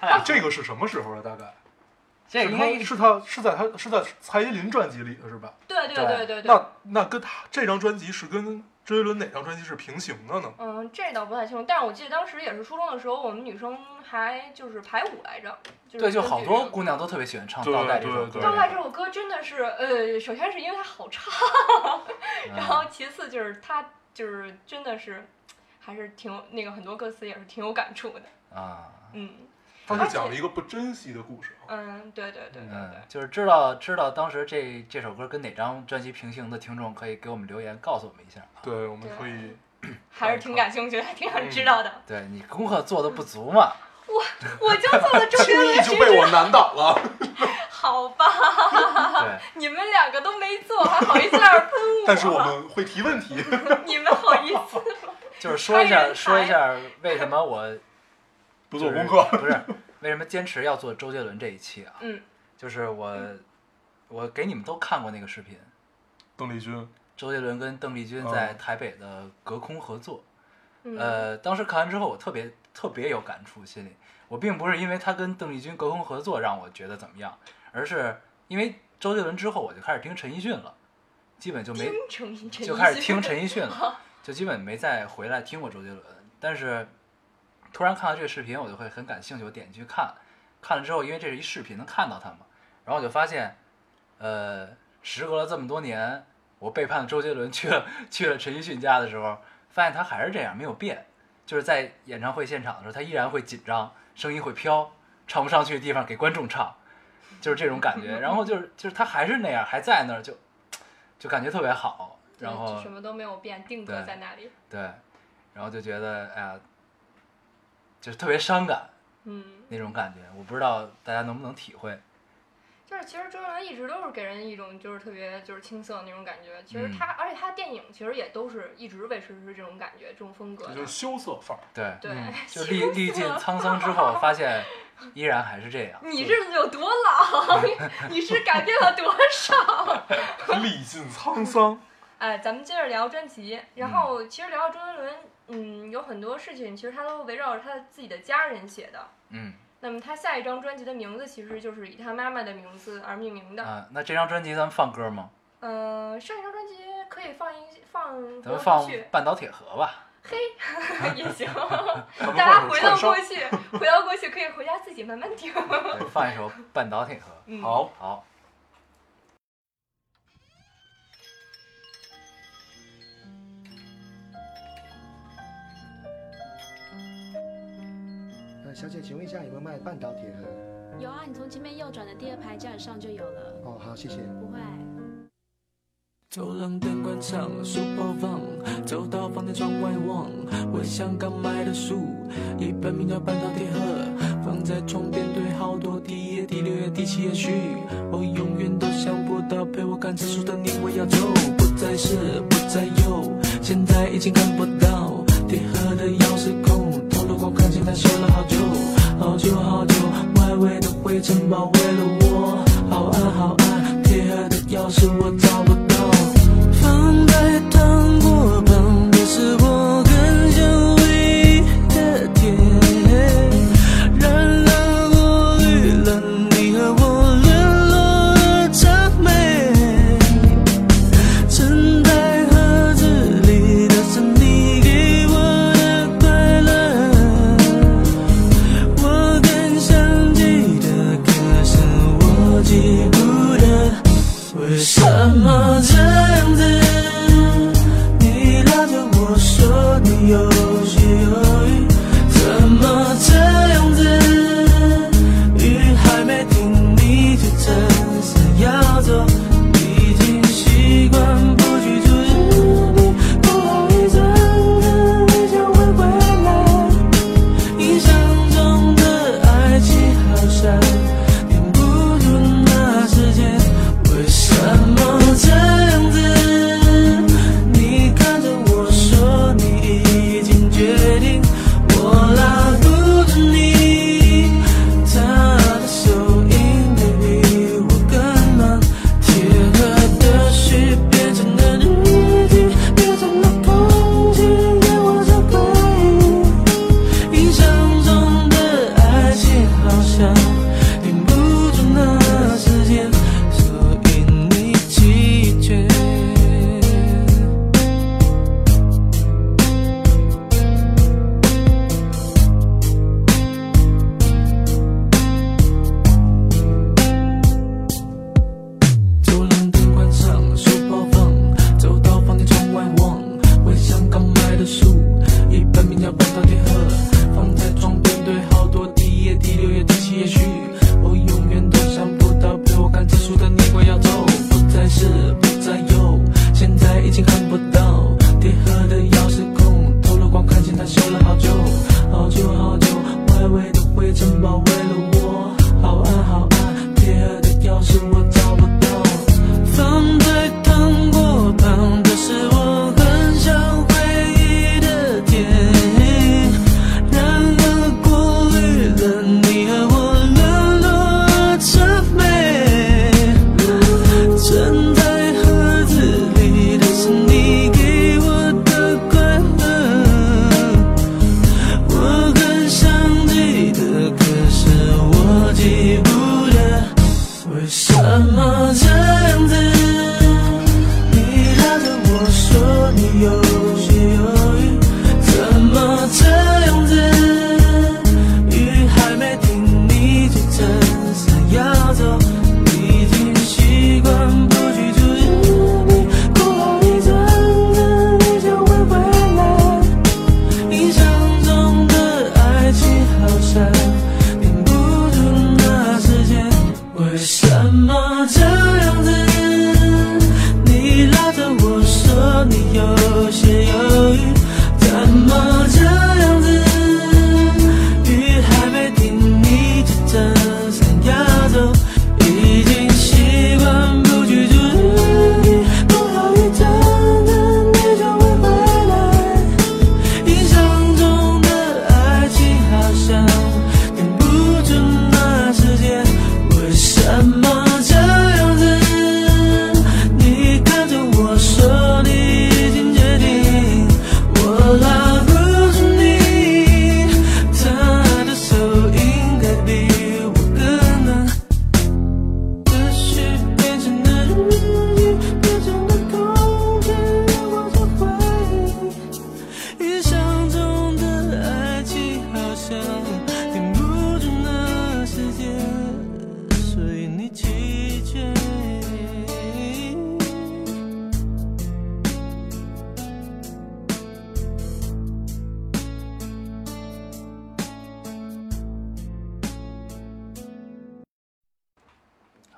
Speaker 1: 他俩
Speaker 2: 这个是什么时候的？大概
Speaker 1: 这
Speaker 2: 是
Speaker 1: 应
Speaker 2: 他
Speaker 1: 该
Speaker 2: 是他是在他是在蔡依林专辑里的是吧？
Speaker 3: 对对
Speaker 1: 对
Speaker 3: 对对对。
Speaker 2: 那那跟他这张专辑是跟周杰伦哪张专辑是平行的呢？
Speaker 3: 嗯，这倒不太清楚，但是我记得当时也是初中的时候，我们女生还就是排舞来着，就是
Speaker 1: 对，就
Speaker 3: 根
Speaker 1: 好
Speaker 3: 据
Speaker 1: 多
Speaker 3: 这个
Speaker 1: 姑娘都特别喜欢唱
Speaker 2: 对
Speaker 1: 倒带这
Speaker 2: 对
Speaker 1: 首歌。
Speaker 2: 对
Speaker 3: 倒带这首歌真的是，呃，首先是因为它好唱，
Speaker 1: 嗯
Speaker 3: 然后其次就是它就是真的是，还是挺有那个很多歌词也是挺有感触的，
Speaker 1: 啊，
Speaker 3: 嗯
Speaker 2: 他是讲了一个不珍惜的故事啊。
Speaker 3: 嗯，对对对对
Speaker 1: 嗯
Speaker 3: 对，，
Speaker 1: 就是知道知道当时这这首歌跟哪张专辑平行的听众，可以给我们留言告诉我们一下啊。
Speaker 2: 对，我们可以
Speaker 3: 还是挺感兴趣的，挺想知道的。
Speaker 1: 对你功课做的不足嘛，
Speaker 3: 我就做了周杰
Speaker 2: 轻易
Speaker 3: 伦，
Speaker 2: 就被我难倒了。
Speaker 3: 好吧，
Speaker 1: 对，
Speaker 3: 你们两个都没做，还好意思在这儿喷我？
Speaker 2: 但是我们会提问题，
Speaker 3: 你们好意思？
Speaker 1: 就是说一下
Speaker 3: 开人才
Speaker 1: 说一下为什么我
Speaker 2: [laughs] 不做
Speaker 1: 就是
Speaker 2: 功课。
Speaker 1: 不是为什么坚持要做周杰伦这一期啊？
Speaker 3: 嗯，
Speaker 1: 就是我我给你们都看过那个视频，
Speaker 2: 邓丽君，
Speaker 1: 周杰伦跟邓丽君在台北的隔空合作。
Speaker 3: 嗯
Speaker 1: 呃，当时看完之后，我特别特别有感触，心里我并不是因为他跟邓丽君隔空合作让我觉得怎么样，而是因为周杰伦之后我就开始听陈奕迅了，基本就没
Speaker 3: 听陈奕迅
Speaker 1: 就开始听陈奕迅了，就基本没再回来听过周杰伦。但是突然看到这个视频，我就会很感兴趣，我点进去看，看了之后，因为这是一视频，能看到他嘛，然后我就发现，呃，时隔了这么多年，我背叛了周杰伦，去了去了陈奕迅家的时候，发现他还是这样，没有变，就是在演唱会现场的时候，他依然会紧张，声音会飘，唱不上去的地方给观众唱。就是这种感觉，然后就是就是他还是那样，还在那儿，就就感觉特别好。
Speaker 3: [laughs] 对
Speaker 1: 然后
Speaker 3: 什么都没有变，定格
Speaker 1: 对
Speaker 3: 在那里。
Speaker 1: 对，然后就觉得哎呀，就是特别伤感
Speaker 3: 嗯，
Speaker 1: 那种感觉，我不知道大家能不能体会。
Speaker 3: 就是其实周杰伦一直都是给人一种就是特别就是青涩的那种感觉。其实
Speaker 1: 嗯
Speaker 3: 他，而且他电影其实也都是一直维持是这种感觉、这种风格
Speaker 2: 这
Speaker 3: 的。
Speaker 2: 就是羞涩范儿。
Speaker 1: 对，
Speaker 3: 对， [laughs]
Speaker 2: 嗯
Speaker 1: 就历历尽沧桑之后，发现依然还是这样。
Speaker 3: 你是有多老？ [laughs] 你是改变了多少？ [laughs]
Speaker 2: 历尽沧桑，
Speaker 3: 哎，咱们接着聊专辑。然
Speaker 1: 嗯
Speaker 3: 后其实聊到周杰伦，嗯，有很多事情其实他都围绕着他自己的家人写的。
Speaker 1: 嗯
Speaker 3: 那么他下一张专辑的名字其实就是以他妈妈的名字而命名的。
Speaker 1: 啊、那这张专辑咱们放歌吗？
Speaker 3: 嗯，上一张专辑可以放一放
Speaker 1: 咱们
Speaker 3: 回到
Speaker 1: 放
Speaker 3: 过去
Speaker 1: 《半岛铁盒》吧。
Speaker 3: 也行，
Speaker 2: [laughs] 咱们
Speaker 3: [laughs] 大家
Speaker 2: 换
Speaker 3: 回
Speaker 2: 首
Speaker 3: 到
Speaker 2: 串烧
Speaker 3: 过。去，回到过去可以回家自己慢慢听。
Speaker 1: 对，放一首 [laughs] 《半岛铁盒》。
Speaker 3: 嗯，
Speaker 2: 好，
Speaker 1: 好，
Speaker 5: 呃，小姐，请问一下有没有卖半岛铁盒？
Speaker 6: 有啊，你从前面右转的第二排架子上就有了，
Speaker 5: 哦，好，谢谢。
Speaker 6: 不会。
Speaker 7: 就让灯关上，书包放，走到房间窗外望，闻香刚买的书，一本名叫《半岛铁盒》，放在床边堆好多，第一页、第六页、第七页序，我永远都想不到陪我看这书的你，我要走，不再是不再有，现在已经看不到铁盒的钥匙孔，透露光看见它修了好久，好久好久，外围的灰尘包围了我，好暗好暗，铁盒的钥匙我找不到。放在糖果旁边是我很想回的甜，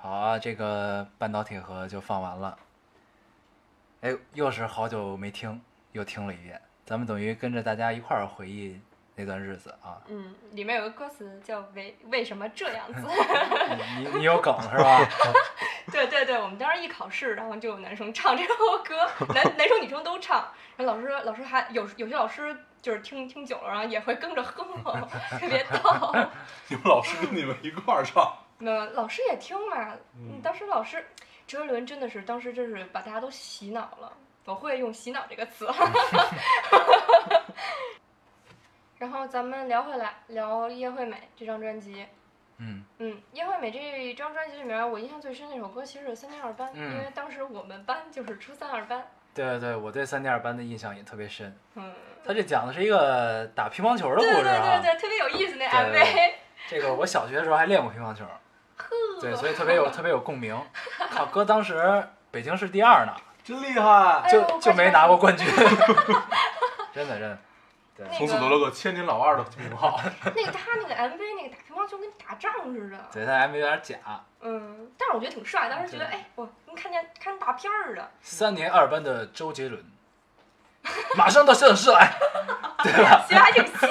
Speaker 1: 啊，这个半岛铁盒就放完了。哎，又是好久没听，又听了一遍。咱们等于跟着大家一块儿回忆那段日子啊。
Speaker 3: 嗯，里面有个歌词叫“为为什么这样子 [laughs]
Speaker 1: 你你有梗是吧？”， [laughs]
Speaker 3: 对对对，我们当时一考试，然后就有男生唱这首歌，男男生女生都唱，然后老师老师还有有些老师就是听听久了，然后也会跟着哼哼，特别逗。 [laughs]
Speaker 2: 你们老师跟你们一块儿唱，
Speaker 3: 那老师也听嘛，
Speaker 2: 嗯
Speaker 3: 嗯，当时老师周杰伦真的是当时真是把大家都洗脑了，我会用“洗脑”这个词。 [laughs] 然后咱们聊回来聊《叶惠美》这张专辑，
Speaker 1: 嗯
Speaker 3: 嗯，《叶惠美》这一张专辑里面，我印象最深的一首歌其实是《三年二班》
Speaker 1: 嗯
Speaker 3: 因为当时我们班就是初三二班，
Speaker 1: 对对对，我对三点二班的印象也特别深。
Speaker 3: 嗯，
Speaker 1: 他这讲的是一个打乒乓球的故
Speaker 3: 对对
Speaker 1: 事
Speaker 3: 对
Speaker 1: 啊。
Speaker 3: 对，特别有意思那
Speaker 1: 对对
Speaker 3: MV，
Speaker 1: 这个我小学的时候还练过乒乓球，对，所以特别有特别有共鸣。靠，哥当时北京市第二呢，
Speaker 2: 真厉害！
Speaker 3: 哎呦
Speaker 1: 就就没拿过
Speaker 3: [laughs]
Speaker 1: 冠军，真的真的。
Speaker 3: 那
Speaker 2: 从此得
Speaker 3: 个
Speaker 2: 了个千年老二的名号。
Speaker 3: [laughs] 那个他那个 MV 那个打乒乓球跟打仗似的，
Speaker 1: 对，他 MV 有点假。
Speaker 3: 嗯，但是我觉得挺帅，当时觉得
Speaker 1: 对
Speaker 3: 哎，我跟看见看大片儿似的，
Speaker 1: 三年二班的周杰伦，马上到摄影室来。
Speaker 3: 其实
Speaker 2: [laughs]
Speaker 3: 还挺像。 [laughs]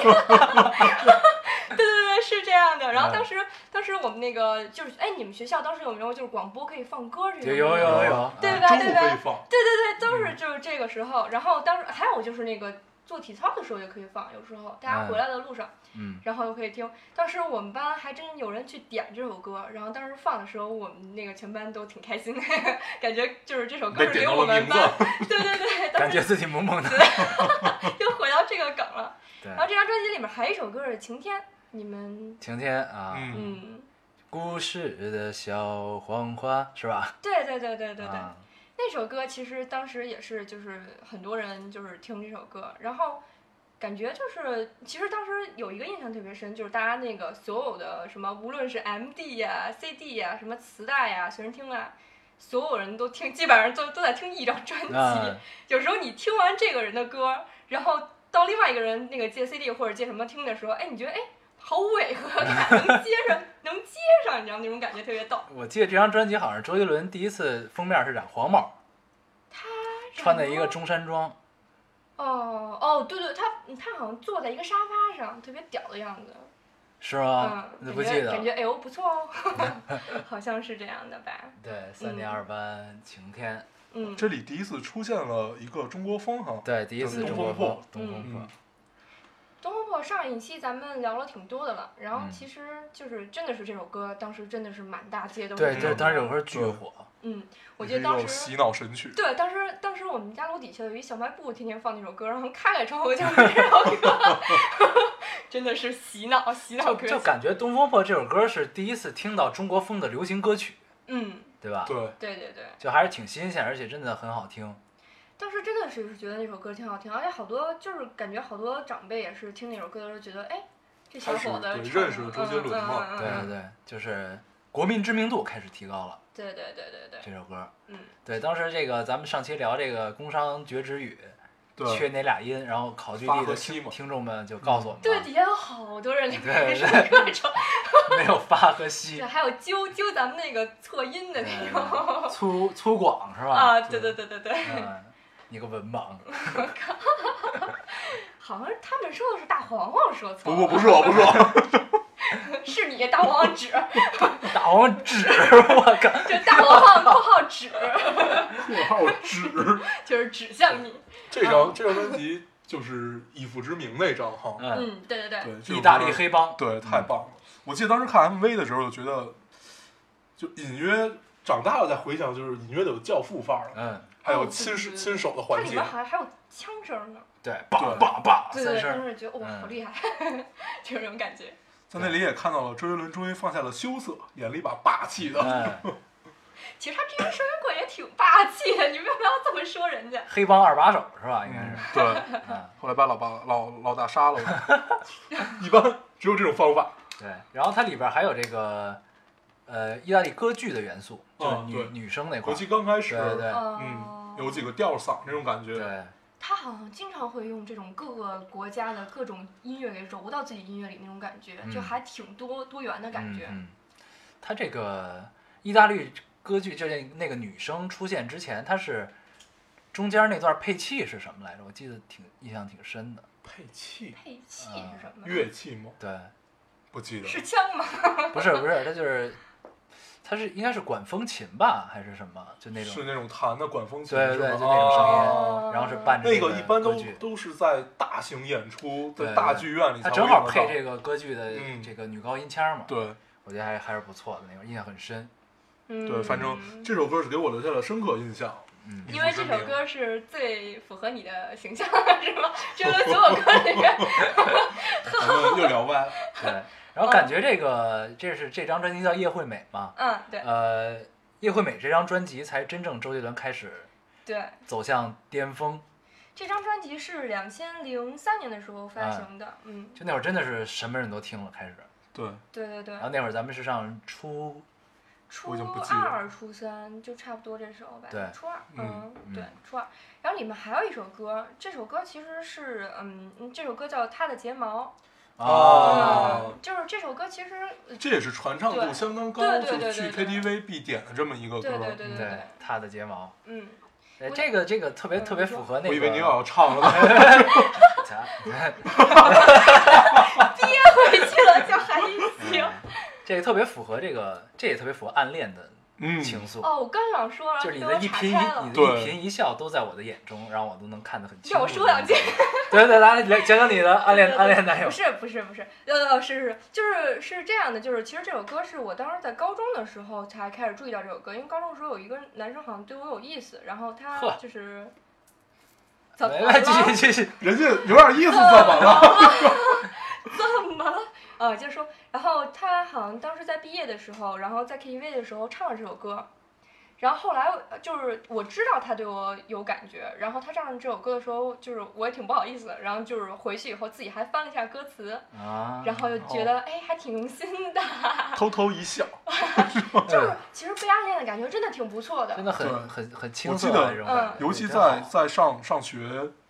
Speaker 3: 对对对，是这样的。然后
Speaker 2: 嗯
Speaker 3: 当时，当时我们那个就是，哎，你们学校当时有没有就是广播可以放歌这种？
Speaker 1: 有有有有，
Speaker 3: [laughs] 对
Speaker 1: 啊
Speaker 3: 吧？
Speaker 2: 嗯中
Speaker 3: 对
Speaker 2: 午可以
Speaker 3: 吧？
Speaker 2: 放，嗯
Speaker 3: 对对对，都是就是这个时候。然后当时还有就是那个做体操的时候也可以放，有时候大家回来的路上，
Speaker 1: 嗯，
Speaker 3: 然后又可以听。当时我们班还真有人去点这首歌，然后当时放的时候，我们那个全班都挺开心的， [laughs] 感觉就是这首歌
Speaker 2: 被
Speaker 3: 啊是
Speaker 2: 点
Speaker 3: 给
Speaker 2: 到
Speaker 3: 我
Speaker 2: 了
Speaker 3: 们
Speaker 2: 名字
Speaker 3: 班。 [laughs] 对对对，当
Speaker 1: 感
Speaker 3: 时
Speaker 1: 觉自己萌萌的。
Speaker 3: 又回到这个梗了。
Speaker 1: 对
Speaker 3: 然，后这张专辑里面还有一首歌是《晴天》，你们
Speaker 1: 晴天啊，
Speaker 2: 嗯
Speaker 3: 嗯，
Speaker 1: 故事的小黄花是吧？
Speaker 3: 对对对对对对，
Speaker 1: 啊，
Speaker 3: 那首歌其实当时也是就是很多人就是听这首歌，然后。感觉就是，其实当时有一个印象特别深，就是大家那个所有的什么，无论是 M D 呀、C D 呀、什么磁带呀、随身听啊，所有人都听，基本上都都在听一张专辑。
Speaker 1: 那
Speaker 3: [laughs] 有时候你听完这个人的歌，然后到另外一个人那个借 CD 或者借什么听的时候，哎，你觉得哎好违和感，能接上， [laughs] 能接上，你知道那种感觉特别逗。
Speaker 1: 我记得这张专辑好像是周杰伦第一次封面是染黄毛，穿的一个中山装。
Speaker 3: 哦哦，对对，他他好像坐在一个沙发上，特别屌的样子。
Speaker 1: 是吗？
Speaker 3: 嗯，
Speaker 1: 啊那
Speaker 3: 感
Speaker 1: 不
Speaker 3: 觉
Speaker 1: 记得
Speaker 3: 感
Speaker 1: 了
Speaker 3: 觉。哎呦不错
Speaker 1: [laughs]
Speaker 3: 哦，好像是这样的吧。
Speaker 1: 对，三年二班晴天，
Speaker 3: 嗯，
Speaker 2: 这里第一次出现了一个中国风哈。
Speaker 1: 对，第一次
Speaker 2: 东
Speaker 1: 中国
Speaker 2: 风
Speaker 1: 风
Speaker 2: 破，
Speaker 1: 东风
Speaker 2: 嗯
Speaker 1: 破，
Speaker 3: 东风破上一期咱们聊了挺多的了，然后
Speaker 1: 嗯
Speaker 3: 其实就是真的是这首歌，当时真的是满大街都是。
Speaker 1: 对对，
Speaker 2: 嗯
Speaker 1: 当时有歌巨
Speaker 3: [laughs]
Speaker 1: 火，
Speaker 3: 嗯，我
Speaker 2: 也
Speaker 3: 觉
Speaker 2: 是
Speaker 3: 得
Speaker 2: 一
Speaker 3: 当
Speaker 2: 首
Speaker 3: 时
Speaker 2: 洗脑神曲，
Speaker 3: 对，当时当时我们家楼底下有一小卖部，天天放那首歌，然后开开窗户就是这 [laughs] 首歌，真的是洗脑洗脑
Speaker 1: 就
Speaker 3: 歌
Speaker 1: 就
Speaker 3: 曲。
Speaker 1: 感觉《东风破》这首歌是第一次听到中国风的流行歌曲，
Speaker 3: 嗯，
Speaker 1: 对吧？
Speaker 2: 对，
Speaker 3: 对对对，
Speaker 1: 就还是挺新鲜，而且真的很好听。
Speaker 3: 当时真的是觉得那首歌挺好听，而且好多就是感觉好多长辈也是听那首歌的时候觉得，哎，这小
Speaker 2: 开始
Speaker 3: 伙子
Speaker 2: 对
Speaker 3: 唱
Speaker 2: 认识
Speaker 3: 得
Speaker 2: 周杰伦嘛
Speaker 3: 嗯嗯
Speaker 1: 对对
Speaker 3: 嗯嗯
Speaker 1: 对，就是国民知名度开始提高了
Speaker 3: 对对对对对，
Speaker 1: 这首歌。
Speaker 3: 嗯，
Speaker 1: 对，当时这个咱们上期聊这个工商绝止语，
Speaker 2: 对
Speaker 1: 缺哪俩音，然后考据
Speaker 2: 发
Speaker 1: 力
Speaker 2: 和
Speaker 1: 的
Speaker 2: 西
Speaker 1: 听
Speaker 2: 嘛
Speaker 1: 听众们就告诉我们
Speaker 3: 嗯对
Speaker 1: 了，
Speaker 3: 底下有好
Speaker 2: [laughs]
Speaker 3: 多人留
Speaker 1: 对
Speaker 3: 言
Speaker 1: 对
Speaker 3: 说各种，
Speaker 1: 没有发和西
Speaker 3: 对，，还有揪揪咱们那个错音的那种
Speaker 1: [laughs] 粗粗犷是吧？
Speaker 3: 啊，对对对对对。
Speaker 1: 嗯，你个文盲，
Speaker 3: 好像是他们说的是大黄黄说错
Speaker 2: 不
Speaker 3: 了，
Speaker 2: 不不是我，不是我，
Speaker 3: [laughs] 是你大黄黄指，
Speaker 1: 大王指， [laughs] 我靠！
Speaker 3: 就大黄黄括号指，
Speaker 2: 括号纸。
Speaker 3: 就是指向你。
Speaker 2: 这张这张专辑就是《以父之名》那张哈，
Speaker 1: 嗯，
Speaker 3: 嗯，对对对，
Speaker 2: 对，这首
Speaker 1: 意大
Speaker 2: 歌
Speaker 1: 利黑帮，
Speaker 2: 对，太棒了！我记得当时看 MV 的时候，就觉得，就隐约长大了再回想，就是隐约的有教父范儿了，
Speaker 1: 嗯，
Speaker 2: 还有
Speaker 3: 哦
Speaker 2: 亲手
Speaker 3: 对对对
Speaker 2: 亲手的
Speaker 3: 它
Speaker 2: 环
Speaker 3: 里
Speaker 2: 节啊
Speaker 3: 面，好像还有枪声呢。
Speaker 1: 对，棒
Speaker 2: 对
Speaker 1: 棒棒，
Speaker 3: 对
Speaker 1: 三
Speaker 3: 对，
Speaker 1: 声
Speaker 3: 当
Speaker 1: 儿，
Speaker 3: 时觉得哇，
Speaker 1: 嗯
Speaker 3: 好厉害， [laughs] 就这种感觉。
Speaker 2: 在那里也看到了周杰伦终于放下了羞涩，演了一把霸气的。
Speaker 1: 嗯，
Speaker 3: 其实他这个声音鬼也挺霸气的，你为什么要这么说人家？
Speaker 1: 黑帮二把手是吧？应该是，
Speaker 2: 对，
Speaker 1: 嗯，
Speaker 2: 后来把老爸老老大杀了嘛，一般只有这种方法。
Speaker 1: 对。然后它里边还有这个，呃，意大利歌剧的元素，就是
Speaker 2: 嗯
Speaker 1: 女
Speaker 2: 对
Speaker 1: 女生那块
Speaker 2: 尤
Speaker 1: 儿，
Speaker 2: 其刚开始，
Speaker 1: 对对
Speaker 3: 哦
Speaker 2: 嗯，有几个吊嗓那种感觉，
Speaker 1: 对
Speaker 3: 他好像经常会用这种各个国家的各种音乐给揉到自己音乐里那种感觉，
Speaker 1: 嗯
Speaker 3: 就还挺多多元的感觉。
Speaker 1: 嗯，嗯它这个意大利歌剧就是那个女生出现之前，她是中间那段配器是什么来着？我记得挺印象挺深的。
Speaker 2: 配器
Speaker 3: 配器是什么？
Speaker 2: 啊乐器吗？
Speaker 1: 对，
Speaker 2: 不记得。
Speaker 3: 是枪吗？
Speaker 1: 不是不是，她就是她是应该是管风琴吧，还是什么？就那
Speaker 2: 是
Speaker 1: 种，
Speaker 2: 那种弹的管风琴，
Speaker 1: 对
Speaker 2: 是
Speaker 1: 对
Speaker 2: 吗
Speaker 1: 就那种声音
Speaker 2: 啊
Speaker 1: 然后是伴着
Speaker 2: 那
Speaker 1: 这
Speaker 2: 个一般都
Speaker 1: 歌剧
Speaker 2: 都是在大型演出，
Speaker 1: 对
Speaker 2: 在
Speaker 1: 对
Speaker 2: 大剧院里才
Speaker 1: 她
Speaker 2: 会
Speaker 1: 正好
Speaker 2: 用得
Speaker 1: 配
Speaker 2: 到
Speaker 1: 这个歌剧的
Speaker 2: 嗯
Speaker 1: 这个女高音腔嘛。，
Speaker 2: 对
Speaker 1: 我觉得还还是不错的那个，印象很深。
Speaker 3: 嗯，
Speaker 2: 对，反正这首歌是给我留下了深刻印象。 [laughs]
Speaker 1: 嗯，
Speaker 3: 因为这首歌是最符合你的形象，
Speaker 2: [laughs]
Speaker 3: 是吗？这个所有歌里面，
Speaker 2: 咱们又聊歪了，
Speaker 1: 对。然后感觉这个这是这张专辑叫《叶惠美》嘛，
Speaker 3: 嗯，对
Speaker 1: 呃，《叶惠美》这张专辑才真正周杰伦开始
Speaker 3: 对，
Speaker 1: 走向巅峰。
Speaker 3: 这张专辑是两千零三年的时候发行
Speaker 2: 哎
Speaker 3: 的，嗯，
Speaker 1: 就那会儿真的是什么人都听了，开始。
Speaker 2: 对，
Speaker 3: 对对对
Speaker 1: 然，后那会儿咱们是上初，
Speaker 3: 初
Speaker 2: 我已经不记得
Speaker 3: 二、初三就差不多这时候吧，
Speaker 1: 对
Speaker 3: 初二，
Speaker 2: 嗯
Speaker 3: 嗯，对
Speaker 1: 嗯，
Speaker 3: 初二。然后里面还有一首歌，这首歌其实是，嗯，嗯这首歌叫《他的睫毛》，
Speaker 2: 哦
Speaker 1: 啊
Speaker 3: 嗯，就是这首歌其实，呃
Speaker 2: 这也是传唱度
Speaker 3: 对
Speaker 2: 相当高，
Speaker 3: 对对
Speaker 2: 就是
Speaker 3: 对
Speaker 2: 去
Speaker 3: 对对
Speaker 2: KTV 必点的这么一个歌。
Speaker 3: 对对对
Speaker 1: 对
Speaker 3: 对对，
Speaker 1: 他的睫毛，
Speaker 3: 嗯，
Speaker 1: 哎，
Speaker 3: 我
Speaker 1: 这个这个特别
Speaker 3: 嗯
Speaker 1: 特别
Speaker 3: 你说
Speaker 1: 符合那个。
Speaker 2: 我以为你又要唱了呢，
Speaker 3: [laughs]
Speaker 1: 咱
Speaker 3: 回去了叫韩一
Speaker 2: 嗯
Speaker 3: 晴。
Speaker 1: 这个特别符合这个，这也特别符合暗恋的
Speaker 2: 嗯，
Speaker 1: 情愫。
Speaker 3: 哦，我刚想说，然后
Speaker 1: 就是你
Speaker 3: 被
Speaker 1: 的
Speaker 3: 我
Speaker 1: 一
Speaker 3: 岔
Speaker 1: 颦
Speaker 3: 开
Speaker 1: 一
Speaker 3: 了
Speaker 1: 你。
Speaker 3: [laughs]
Speaker 1: 的
Speaker 2: 对
Speaker 1: 一颦一笑都在我的眼中，让我都能看得很清楚。
Speaker 3: 让我说两句。
Speaker 1: 对对，来来讲讲你的暗恋暗恋男友
Speaker 3: 不。是不是不是，呃是是就是是这样的，就是其实这首歌是我当时在高中的时候才开始注意到这首歌，因为高中的时候有一个男生好像对我有意思，然后他
Speaker 1: 呵
Speaker 3: 就是怎么
Speaker 1: 来
Speaker 3: 了？
Speaker 1: 来，继续继续。
Speaker 2: 人家有点意思，怎么
Speaker 3: [laughs]
Speaker 2: 了？
Speaker 3: 怎么了？ [laughs] 呃，就是说，然后他好像当时在毕业的时候，然后在 KTV 的时候唱了这首歌，然后后来呃就是我知道他对我有感觉，然后他唱这首歌的时候，就是我也挺不好意思的，然后就是回去以后自己还翻了一下歌词，
Speaker 1: 啊。
Speaker 3: 然后又觉得哎还挺用心的，
Speaker 2: 偷偷一笑，
Speaker 3: 就是其实被暗恋的感觉真的挺不错的
Speaker 1: 嗯真。的
Speaker 2: 对
Speaker 1: 很很很青
Speaker 2: 我记
Speaker 1: 涩啊
Speaker 2: 得
Speaker 1: 的这种感
Speaker 3: 嗯
Speaker 1: 觉，
Speaker 2: 尤其
Speaker 1: 真好
Speaker 2: 在在上上学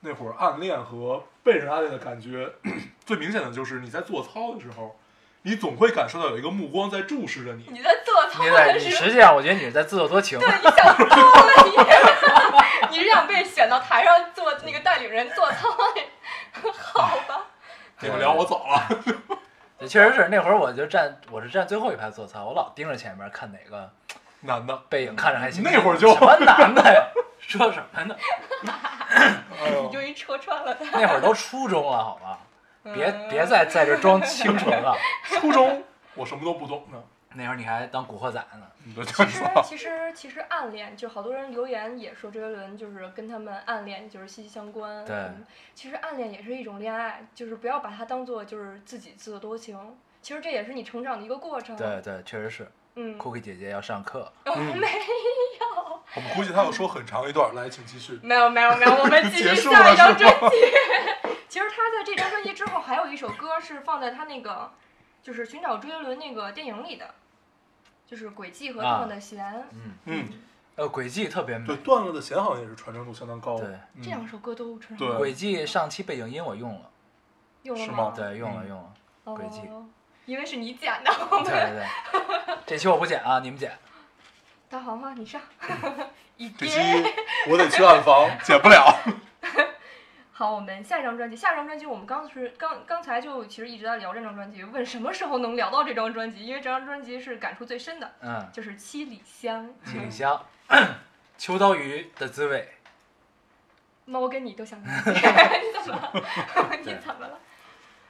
Speaker 2: 那会儿，暗恋和被人暗恋的感觉， [clears throat] 最明显的就是你在做操的时候，你总会感受到有一个目光在注视着你。
Speaker 3: 你在做操
Speaker 1: 你在
Speaker 3: 的
Speaker 1: 你
Speaker 3: 时候，
Speaker 1: 实际上，我觉得你是在自作多情。
Speaker 3: 你想操了你，你 [laughs] 是想被选到台上做那个带领人做操 [laughs] 的，好吧？
Speaker 2: 你们聊，我啊走了。
Speaker 1: 对，确实是那会儿我就站，我是站最后一排做操，我老盯着前面看哪个
Speaker 2: [laughs] 男
Speaker 3: [laughs]
Speaker 2: 的，
Speaker 1: 背影看着还行。
Speaker 2: 那会儿就
Speaker 1: 什么男的呀？说什么呢？
Speaker 2: 哎呦
Speaker 3: 你就一戳穿了他。
Speaker 1: 那会儿都初中了，好吗？别
Speaker 3: 嗯
Speaker 1: 别再在这装清纯了。
Speaker 2: 初中我什么都不懂呢，
Speaker 1: 那会儿你还当古惑仔呢。
Speaker 2: 你这
Speaker 3: 嗯其
Speaker 2: 就
Speaker 3: 实
Speaker 2: 是
Speaker 3: 其实其实暗恋，就好多人留言也说周杰伦就是跟他们暗恋就是息息相关。
Speaker 1: 对
Speaker 3: 嗯其实暗恋也是一种恋爱，就是不要把它当做就是自己自作多情。其实这也是你成长的一个过程。
Speaker 1: 对，对，确实是。
Speaker 3: 嗯，
Speaker 1: Cookie 姐姐要上课，
Speaker 2: 嗯
Speaker 3: [laughs] 没
Speaker 2: 我们估计他要说很长一段，来，请继续。
Speaker 3: 没有没有没有，我们
Speaker 2: [laughs]
Speaker 3: 继
Speaker 2: 结
Speaker 3: 续
Speaker 2: 束了
Speaker 3: 下一张
Speaker 2: 是吗
Speaker 3: 专辑。 [laughs] 其实他在这张专辑之后，还有一首歌是放在他那个就是《寻找周杰伦》那个电影里的，就是《轨迹》和《断了的弦》
Speaker 1: 嗯，
Speaker 2: 嗯，
Speaker 1: 呃，轨迹特别
Speaker 2: 对，
Speaker 1: 美。
Speaker 2: 断了的弦好像也是传唱度相当高。
Speaker 1: 对，
Speaker 2: 嗯
Speaker 3: 这两首歌都传
Speaker 2: 对
Speaker 1: 轨迹上期背景音我用了，
Speaker 3: 用了
Speaker 2: 是吗
Speaker 1: 对，用了
Speaker 2: 嗯
Speaker 1: 用了。
Speaker 3: 哦
Speaker 1: 轨迹
Speaker 3: 因为是你剪的，我
Speaker 1: 对
Speaker 3: 们
Speaker 1: 对对，这期我不剪啊，你们剪。
Speaker 3: 大黄
Speaker 2: [laughs]
Speaker 3: 黄你上，一
Speaker 2: 这期
Speaker 3: 边。
Speaker 2: 我得去暗房，解不
Speaker 1: [laughs]
Speaker 2: 了。
Speaker 3: 好，我们下一张专辑，下一张专辑我们刚是刚刚才就其实一直在聊这张专辑，问什么时候能聊到这张专辑，因为这张专辑是感触最深的，
Speaker 1: 嗯，
Speaker 3: 就是《七里香》。
Speaker 1: 挺香。秋刀鱼的滋味，
Speaker 3: 猫跟你都想理
Speaker 2: [laughs]
Speaker 3: 解，你怎么了？ [laughs] 你怎么了？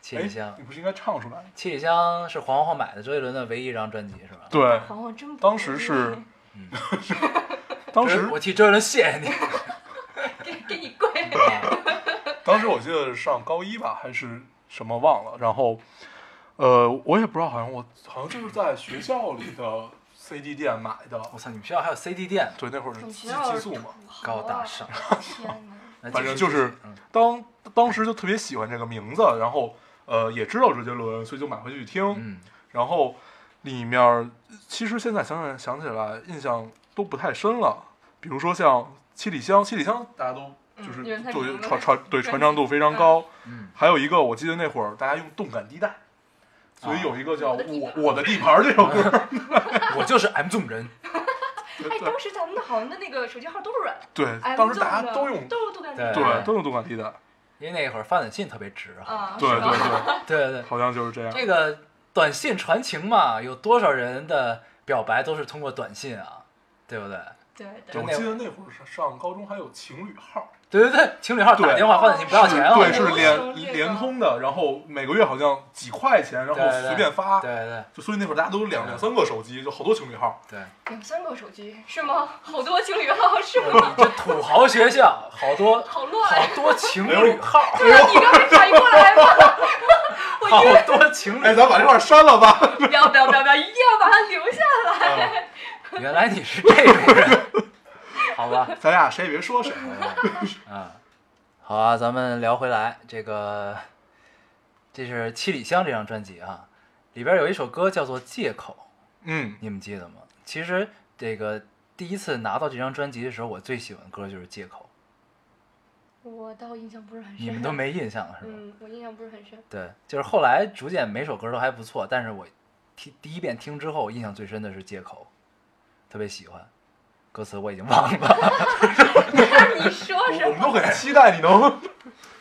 Speaker 1: 七里香
Speaker 2: 哎。你不是应该唱出来？
Speaker 1: 七里香是黄黄买的周杰伦的唯一一张专辑，是吧？
Speaker 2: 对，
Speaker 3: 黄黄真不
Speaker 2: 当时是
Speaker 1: 嗯，
Speaker 2: 当时
Speaker 1: 周我替周杰伦谢谢你。
Speaker 3: [laughs] 给给你跪，
Speaker 2: 当时我记得上高一吧，还是什么忘了。然后，呃，我也不知道，好像我好像就是在学校里的 CD 店买的。
Speaker 1: 我操，你们学校还有 CD 店，
Speaker 2: 对，那会儿
Speaker 3: 我
Speaker 2: 是
Speaker 3: 们
Speaker 2: 寄
Speaker 3: 学校
Speaker 2: 寄宿嘛。
Speaker 3: 好
Speaker 1: 高大
Speaker 3: 啊
Speaker 1: 上。
Speaker 3: 天哪！
Speaker 1: 那
Speaker 2: 反正
Speaker 1: 继续
Speaker 2: 就
Speaker 1: 继
Speaker 2: 是
Speaker 1: 续嗯
Speaker 2: 当当时就特别喜欢这个名字，然后呃也知道周杰伦，所以就买回去听。
Speaker 1: 嗯，
Speaker 2: 然后里面儿其实现在想想想起来，印象都不太深了。比如说像《七里香》，《七里香》大家都就
Speaker 3: 嗯因为
Speaker 2: 是
Speaker 3: 它
Speaker 2: 作为
Speaker 3: 名字
Speaker 2: 传传对
Speaker 3: 专辑
Speaker 2: 传唱度非常高。
Speaker 1: 嗯，
Speaker 2: 还有一个，我记得那会儿大家用动感地带，所以有一个叫
Speaker 3: 哦我的地
Speaker 2: 我
Speaker 3: 盘 [laughs]
Speaker 2: 我的地盘》这首歌，
Speaker 1: 我就是 M 这种人，
Speaker 3: 哎，当时咱们的好像的那个手机号都是软的，
Speaker 2: 对，
Speaker 3: 哎，
Speaker 2: 当时大家都
Speaker 3: 都
Speaker 2: 用，
Speaker 3: 都是动感地带
Speaker 1: 对
Speaker 2: 对，都用动感地带，
Speaker 1: 因为那会儿发短信特别值啊。
Speaker 3: 啊，
Speaker 2: 对
Speaker 3: 是吧
Speaker 2: 对对，
Speaker 1: 对对对，
Speaker 2: 好像就是这样。
Speaker 1: 这个短信传情嘛，有多少人的表白都是通过短信啊，对不对？
Speaker 3: 对对
Speaker 1: 就
Speaker 2: 我
Speaker 1: 那
Speaker 2: 记得那会儿上上高中还有情侣号，
Speaker 1: 对对对，情侣号打
Speaker 2: 对
Speaker 1: 电话发短信不要
Speaker 2: 是
Speaker 1: 钱啊，
Speaker 2: 对，
Speaker 3: 哎我
Speaker 2: 是
Speaker 3: 们用这
Speaker 2: 联
Speaker 3: 个
Speaker 2: 联通的，然后每个月好像几块钱，然
Speaker 1: 对
Speaker 2: 后
Speaker 1: 对
Speaker 2: 随便发，
Speaker 1: 对对
Speaker 2: 就所以那会儿大家都有两两三个手机，就好多情侣号。
Speaker 1: 对，
Speaker 3: 两三个手机
Speaker 2: [laughs]
Speaker 3: 是吗？好多情侣号是吗？
Speaker 1: 你啊这土豪学校好多
Speaker 3: 好
Speaker 1: 好
Speaker 3: 乱，
Speaker 1: 多情侣号，
Speaker 3: 对啊，你刚才反应过
Speaker 2: [laughs]
Speaker 3: 来吗？我
Speaker 1: 好
Speaker 3: 觉得
Speaker 1: 多情
Speaker 2: 哎，
Speaker 1: 侣。
Speaker 2: 咱把这块儿删了吧。 [laughs]
Speaker 3: 不要不要不要不要，一定要把它留下来。
Speaker 1: 原来你是这种人，好吧？
Speaker 2: [laughs] 咱俩谁也别说谁。
Speaker 1: 嗯，好啊，咱们聊回来这个，这是《七里香》这张专辑啊，里边有一首歌叫做《借口》，
Speaker 2: 嗯，
Speaker 1: 你们记得吗？其实这个第一次拿到这张专辑的时候，我最喜欢的歌就是《借口
Speaker 3: 我倒印象不是很》，深，
Speaker 1: 你们都没印象了是吗？
Speaker 3: 嗯，我印象不
Speaker 2: [laughs]
Speaker 3: 是很深。
Speaker 1: 对，就是后来逐渐每首歌都还不错，但是我听第一遍听之后，印象最深的是《借口》，特别喜欢，歌词我已经忘了， [laughs]
Speaker 3: 看你说什
Speaker 2: 我们
Speaker 3: 么？
Speaker 2: 都很期待你
Speaker 3: [laughs]
Speaker 2: 能。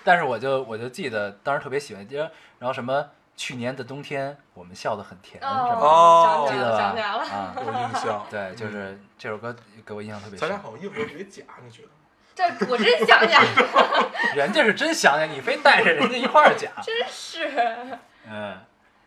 Speaker 1: 但是我就我就记得当时特别喜欢，因为然后什么去年的冬天我们笑得很甜，什么
Speaker 3: 哦，
Speaker 2: 哦
Speaker 3: 想
Speaker 1: 记
Speaker 3: 起
Speaker 1: 得
Speaker 3: 来
Speaker 1: 吧？
Speaker 3: 了，想起来了。嗯
Speaker 1: 啊，
Speaker 2: 有印象。
Speaker 1: 对，就是这首歌给我印象特别
Speaker 2: 咱
Speaker 1: 深
Speaker 2: 俩，好像硬核特别假，你觉得？
Speaker 3: 这我真想起来，
Speaker 1: 人家是真想想，你非带着人家一块
Speaker 3: [laughs]
Speaker 1: 儿讲，
Speaker 3: 真是。
Speaker 1: 嗯，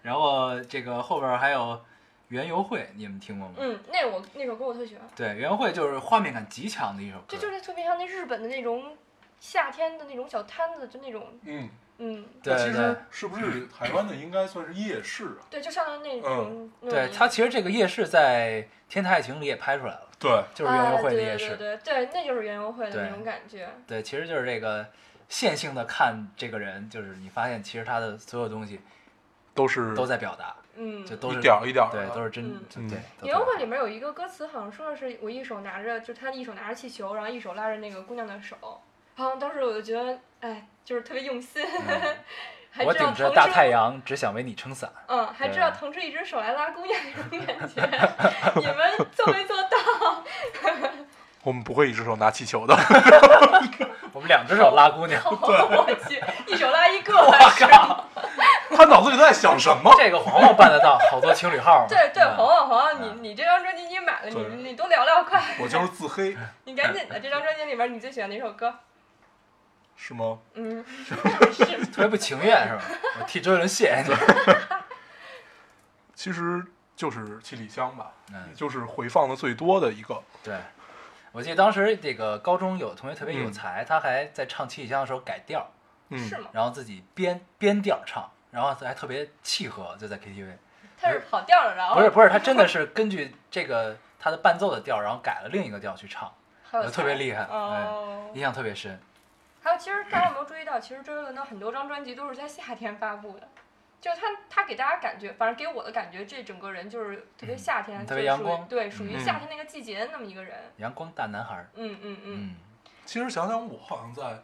Speaker 1: 然后这个后边还有缘由会，你们听过吗？
Speaker 3: 嗯，那我那首歌我特喜欢，
Speaker 1: 对，缘由会就是画面感极强的一首歌，
Speaker 3: 这就是特别像那日本的那种夏天的那种小摊子，就那种
Speaker 2: 嗯，
Speaker 3: 嗯，
Speaker 1: 对
Speaker 2: 那其
Speaker 1: 对
Speaker 2: 实是不是台湾的应该算是夜市啊？
Speaker 3: 对，就像那种那种
Speaker 1: 嗯对，它其实这个夜市在《天台爱情》里也拍出来了，
Speaker 2: 对，
Speaker 1: 就是园游会的
Speaker 3: 的
Speaker 1: 夜市，
Speaker 3: 啊对对对，对那就是园游会的那种
Speaker 1: 对
Speaker 3: 感觉。
Speaker 1: 对，其实就是这个线性的看这个人，就是你发现其实他的所有东西
Speaker 2: 都是
Speaker 1: 都在表达，
Speaker 3: 嗯，
Speaker 1: 就都是
Speaker 2: 一点儿一点儿
Speaker 1: 对，
Speaker 2: 的
Speaker 1: 都是真，
Speaker 2: 嗯
Speaker 1: 对。都
Speaker 3: 园游
Speaker 1: 在
Speaker 3: 会里面有一个歌词，好像说的是我一手拿着，就他一手拿着气球，然后一手拉着那个姑娘的手，好像当时我就觉得，哎，就是特别用心，
Speaker 1: 嗯
Speaker 3: 还
Speaker 1: 我
Speaker 3: 知道
Speaker 1: 顶着
Speaker 3: 腾
Speaker 1: 大太
Speaker 3: 出，
Speaker 1: 阳，只想为你撑伞。
Speaker 3: 嗯，还知道腾出一只手来拉姑娘那种感
Speaker 1: [laughs]
Speaker 3: 觉，你们做没做到？ [laughs]
Speaker 2: 我们不会一只手拿气球的。 [laughs]
Speaker 1: 我们两只手拉
Speaker 3: [laughs]
Speaker 1: 姑娘，
Speaker 3: 我去，一手拉一个，
Speaker 1: [laughs]
Speaker 3: 是
Speaker 2: 他脑子里都在想什么？ [laughs]
Speaker 1: 这个黄黄办得到，好多情侣号嘛。
Speaker 3: 对对，
Speaker 1: 嗯
Speaker 3: 黄黄黄，
Speaker 1: 嗯
Speaker 3: 你你这张专辑你买了，
Speaker 2: 对
Speaker 3: 你你多聊聊快，
Speaker 2: 我就是自黑，
Speaker 3: 你赶紧的，这张专辑里面你最喜欢哪首歌？
Speaker 2: 是吗？
Speaker 3: 嗯，
Speaker 1: 特别不情愿是吧？我替周杰伦谢谢你。
Speaker 2: 其实就是七里香吧，
Speaker 1: 嗯
Speaker 2: 也，就是回放的最多的一个。
Speaker 1: 对。我记得当时这个高中有同学特别有
Speaker 2: 嗯
Speaker 1: 才，他还在唱《七里香》的时候改调，
Speaker 2: 嗯
Speaker 3: 是，吗？
Speaker 1: 然后自己编编调唱，然后还特别契合，就在 KTV。
Speaker 3: 他是跑调了，然后
Speaker 1: 不是不是，他真的是根据这个他的伴奏的调，然后改了另一个调去唱，
Speaker 3: 还有
Speaker 1: 特别厉害哎
Speaker 3: 哦。
Speaker 1: 印象特别深。
Speaker 3: 还有，其实大家有没有注意到，其实周杰伦的很多张专辑都是在夏天发布的，就是他他给大家感觉，反正给我的感觉，这整个人就是特别夏天，
Speaker 1: 嗯
Speaker 3: 就
Speaker 1: 特
Speaker 3: 是
Speaker 1: 别
Speaker 3: 属
Speaker 1: 阳
Speaker 3: 于
Speaker 1: 光
Speaker 3: 对，属于
Speaker 2: 嗯
Speaker 3: 夏天那个季节的那么一个人。
Speaker 1: 阳光大男孩儿，
Speaker 3: 嗯嗯嗯，
Speaker 1: 嗯，
Speaker 2: 其实想想，我好像在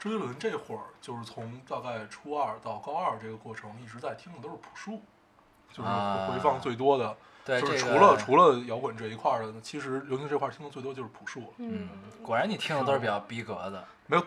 Speaker 2: 周杰伦这会儿，就是从大概初二到高二这个过程，一直在听的都是朴树，就是
Speaker 1: 啊
Speaker 2: 回放最多的，
Speaker 1: 对，
Speaker 2: 就是
Speaker 1: 这
Speaker 2: 除
Speaker 1: 个
Speaker 2: 了除了摇滚这一块儿的，其实流行这块儿听的最多就是朴树，
Speaker 1: 嗯
Speaker 3: 嗯，
Speaker 1: 果然你听的都是比较逼格的，
Speaker 2: 没有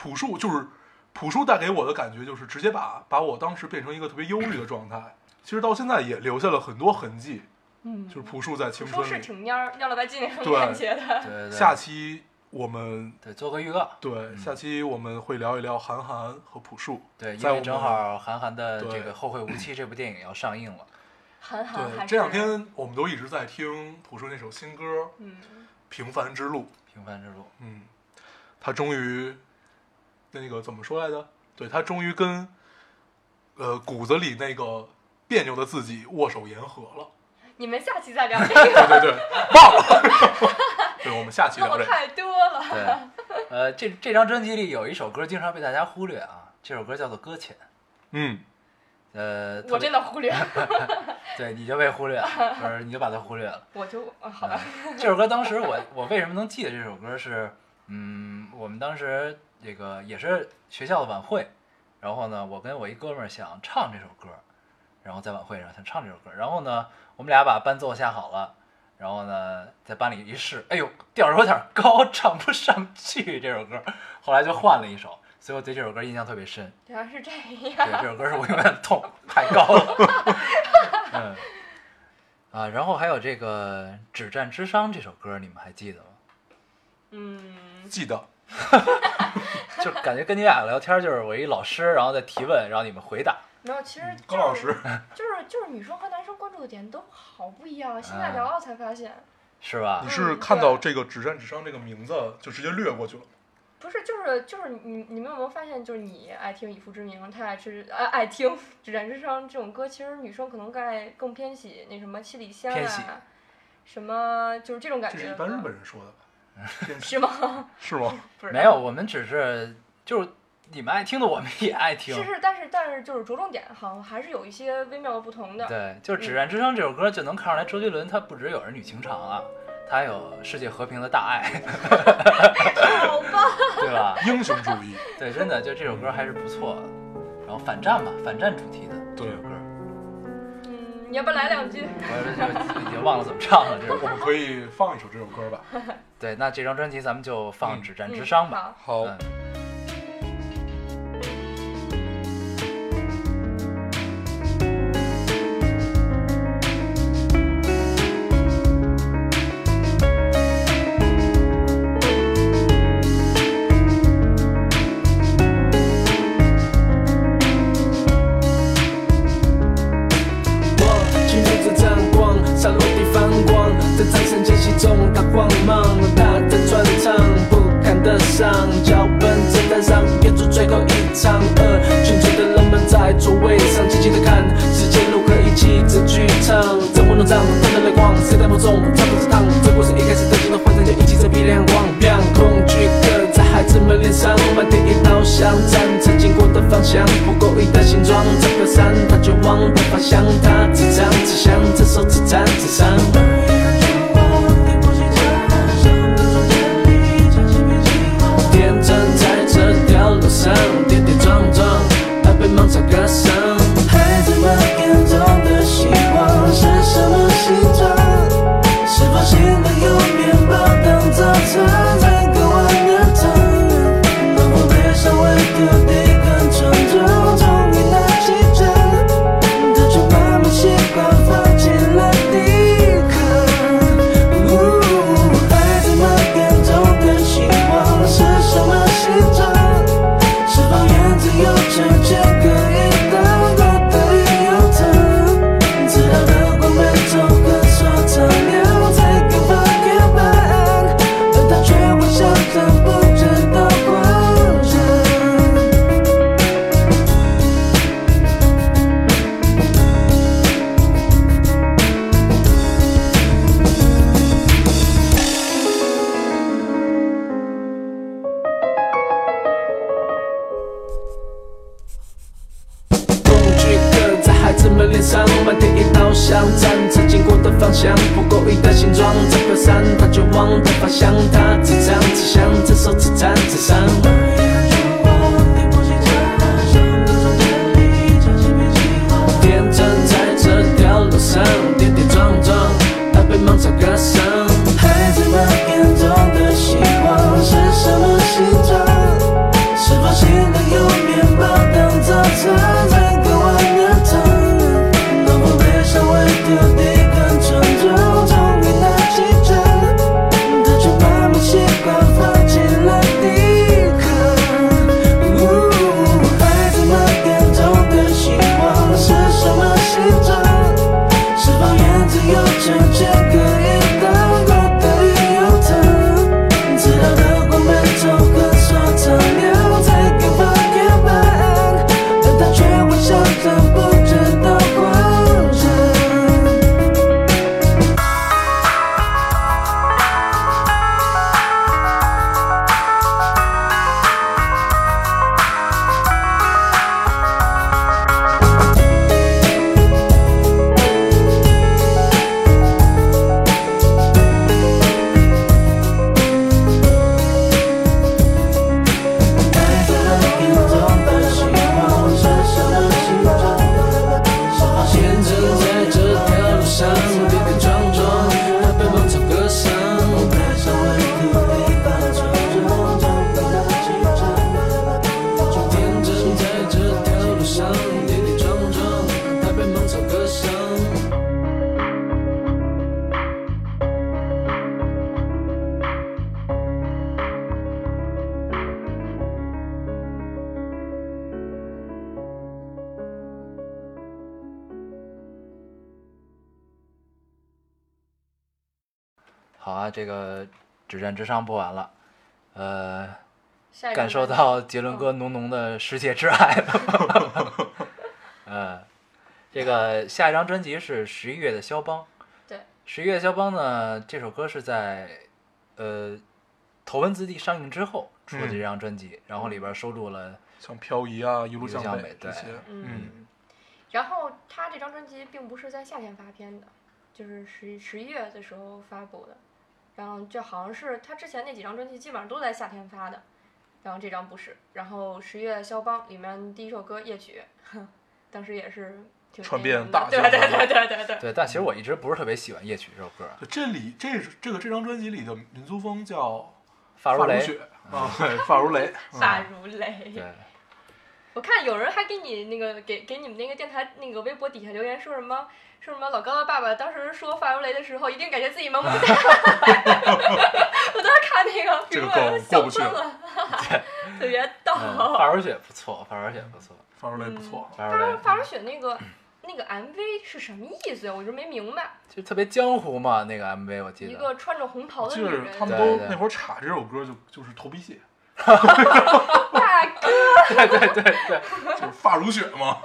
Speaker 2: 朴树就是朴树带给我的感觉就是直接把把我当时变成一个特别忧郁的状态。其实到现在也留下了很多痕迹，
Speaker 3: 嗯，
Speaker 2: 就是朴树在青
Speaker 3: 说
Speaker 2: 春
Speaker 3: 是
Speaker 2: 里。
Speaker 3: 挺蔫儿蔫了吧唧那种
Speaker 2: 对
Speaker 3: 感觉的。
Speaker 1: 对对对。
Speaker 2: 下期我们
Speaker 1: 对做个预告，
Speaker 2: 对下期我们会聊一聊韩寒和朴树。
Speaker 1: 对，因
Speaker 2: 在我
Speaker 1: 为
Speaker 2: 们
Speaker 1: 正好韩寒的这
Speaker 2: 对
Speaker 1: 个《后会无期》这部电影要上
Speaker 2: [laughs]
Speaker 1: 映了，
Speaker 3: 韩寒还
Speaker 2: 对，
Speaker 3: 是
Speaker 2: 这两天我们都一直在听朴树那首新歌《
Speaker 3: 嗯，
Speaker 2: 平凡之路》。
Speaker 1: 《平凡之路
Speaker 2: 嗯，他终于那个怎么说来着？对他终于跟呃骨子里那个别扭的自己握手言和了。
Speaker 3: 你们下期再聊这个，
Speaker 2: 对对对，忘了。 [laughs] 对，我们下期
Speaker 3: 漏
Speaker 2: 聊这
Speaker 3: 了
Speaker 2: 个。
Speaker 3: 太多》。了。
Speaker 1: 对，呃，这这张专辑里有一首歌经常被大家忽略啊，这首歌叫做《搁浅》。
Speaker 2: 嗯，
Speaker 1: 呃，特
Speaker 3: 我
Speaker 1: 别
Speaker 3: 真的忽略，
Speaker 1: 对你就被忽略了，不是你就把它忽略了。
Speaker 3: 我就啊好吧，
Speaker 1: 嗯这首歌当时我我为什么能记得这首歌是，嗯，我们当时这个也是学校的晚会，然后呢，我跟我一哥们儿想唱这首歌，然后在晚会上想唱这首歌，然后呢，我们俩把伴奏下好了，然后呢，在班里一试，哎呦，调儿有点高，唱不上去这首歌。后来就换了一首，所以我对这首歌印象特别深。
Speaker 3: 原来是这
Speaker 1: 对，
Speaker 3: 样。
Speaker 1: 这首歌是我永远的痛，太高了。嗯，啊，然后还有这个《只战之殇》这首歌，你们还记得吗？
Speaker 3: 嗯，
Speaker 2: 记得
Speaker 1: 就感觉跟你俩聊天，就是我一老师，然后在提问，然后你们回答。
Speaker 3: 没有，其实就是
Speaker 2: 嗯高老师，
Speaker 3: 就是就是女生和男生关注的点都好不一样。现
Speaker 1: 哎
Speaker 3: 在聊了才发现，
Speaker 1: 是吧
Speaker 2: 你？是看到这个“只战只伤”这个名字就直接略过去了吗？
Speaker 3: 不是就是就是你你们有没有发现，就是你爱听《以父之名》，他爱吃爱爱听《只战之殇》这种歌，其实女生可能更爱更偏喜那什么七里香
Speaker 1: 偏喜
Speaker 3: 啊，什么就是这种感
Speaker 2: 这
Speaker 3: 觉
Speaker 2: 是一
Speaker 3: 的歌。
Speaker 2: 般日本人说的吧？天气
Speaker 3: 是吗？
Speaker 2: 嗯 [laughs] 是吗？
Speaker 3: 不是
Speaker 1: 没有，我们只是就是你们爱听的，我们也爱听
Speaker 3: 是。是，但是但是就是着重点好像还是有一些微妙的不同的。嗯
Speaker 1: 对，就是《只战之殇》这首歌就能看出来，周杰伦他不只有儿女情长啊，他有世界和平的大爱，
Speaker 3: [laughs]
Speaker 1: [laughs]
Speaker 3: 好吧，
Speaker 1: 对吧？
Speaker 2: 英雄主义，
Speaker 1: 对，真的就这首歌还是不错的。然后反战嘛，反战主题的
Speaker 2: 对
Speaker 1: 这首歌，
Speaker 3: 嗯，你要不要来两句？
Speaker 1: 我就已经忘了怎么唱了这首
Speaker 2: 我
Speaker 1: 歌。
Speaker 2: 们可以放一首这首歌吧。
Speaker 1: [laughs] 对，那这张专辑咱们就放《
Speaker 2: 嗯
Speaker 1: 只战
Speaker 3: 嗯
Speaker 1: 之殇》吧。
Speaker 3: 好
Speaker 2: 好
Speaker 1: 嗯
Speaker 7: 我经历着战光，洒落地反光，在战胜间隙中打光芒，大的转场不看得上，脚本正带上演出最后一场。二群众的人们在座位上静静的看，时间如何一起这剧场，这不能让灯的泪光，谁在梦中跳不着趟，这故事一开始灯光的幻想就一起这比亮光，亮恐惧刻在孩子们脸上，满天一道香，战曾经过的方向，不够一的形状，这个山它绝望的方向，它只唱只想，这首只战只伤。天真在这条路上跌跌撞撞，还被梦潮割伤。孩子们眼中的希望是什么形状？是否心里有面包当早餐，在港湾的糖？当我背上唯独的根村庄，终于拿起枪，他却慢慢习惯放弃了抵抗。呜孩子们眼中的希望是什么形状？是否言之有之，却可以当我的悠长？直到灯光被仇恨所照亮，才敢发现答案，而他却微笑着不知道光亮。恐惧刻在孩子们脸上，满天一道香，战曾经过的方向，不够一的形状，这个山它绝望的方向，它只唱只想，这首只战只伤。天真在这条路上跌跌撞撞，它被芒草割伤。孩子们眼中的希望是什么形状？是否心里有面包当早餐，在港湾的糖？当我背上唯独的根村庄，终于拿起枪，他却慢慢习惯放弃了抵抗。声。
Speaker 1: 好啊，这个止战之上播完了，呃，
Speaker 3: 下一个
Speaker 1: 感受
Speaker 3: 人
Speaker 1: 到杰伦哥浓浓的世界之爱了。 [laughs] 呃，这个下一张专辑是十一月的肖邦。
Speaker 3: 对，
Speaker 1: 十一月肖邦呢，这首歌是在呃《头文字 D》上映之后出的这张专辑，然后里边收录了
Speaker 2: 像漂移啊，一
Speaker 1: 一
Speaker 2: 路
Speaker 1: 路
Speaker 2: 向
Speaker 1: 向北
Speaker 2: 这
Speaker 1: 对
Speaker 2: 些，嗯，
Speaker 3: 然后他这张专辑并不是在夏天发片的，就是十十一月的时候发布的，然后就好像是他之前那几张专辑基本上都在夏天发的，然后这张不是，然后十月肖邦里面第一首歌夜曲， [laughs] 哼当时也是挺
Speaker 2: 传
Speaker 3: 那
Speaker 2: 遍
Speaker 3: 什么的
Speaker 2: 大
Speaker 3: 对
Speaker 2: 江
Speaker 3: 对
Speaker 2: 南
Speaker 3: 对对对对，
Speaker 1: 对，但其实我一直不是特别喜欢夜曲这首歌，啊
Speaker 2: 这里这这个这张专辑里的民族风叫
Speaker 1: 发如雷。 [laughs]
Speaker 2: 雪啊，对发如
Speaker 3: [laughs]
Speaker 2: 雷，嗯
Speaker 3: 发如雷。
Speaker 1: 对，
Speaker 3: 我看有人还给你那个给给你们那个电台那个微博底下留言说什么说什么老高的爸爸当时说发如雷的时候一定感觉自己萌萌哒， [laughs] 我当时看那个
Speaker 2: 这
Speaker 3: 评
Speaker 2: 个
Speaker 3: 论我都
Speaker 2: 过过
Speaker 3: 笑
Speaker 2: 不去
Speaker 3: 喷了，特别逗。
Speaker 1: 嗯，发如雪不错，发如雪不错，
Speaker 2: 发
Speaker 3: 嗯
Speaker 2: 如雷不错，啊
Speaker 1: 发如
Speaker 3: 当时
Speaker 1: 雷
Speaker 3: 发如雪那个那个 MV 是什么意思呀？我就没明白。
Speaker 1: 就特别江湖嘛，那个 MV 我记得。
Speaker 3: 一个穿着红袍的女
Speaker 2: 就是
Speaker 3: 人，
Speaker 2: 他们
Speaker 1: 对
Speaker 2: 都
Speaker 1: 对
Speaker 2: 那会儿插这首歌就就是头皮屑，
Speaker 3: 大哥，
Speaker 2: 就是发如雪
Speaker 3: [laughs]
Speaker 2: 嘛，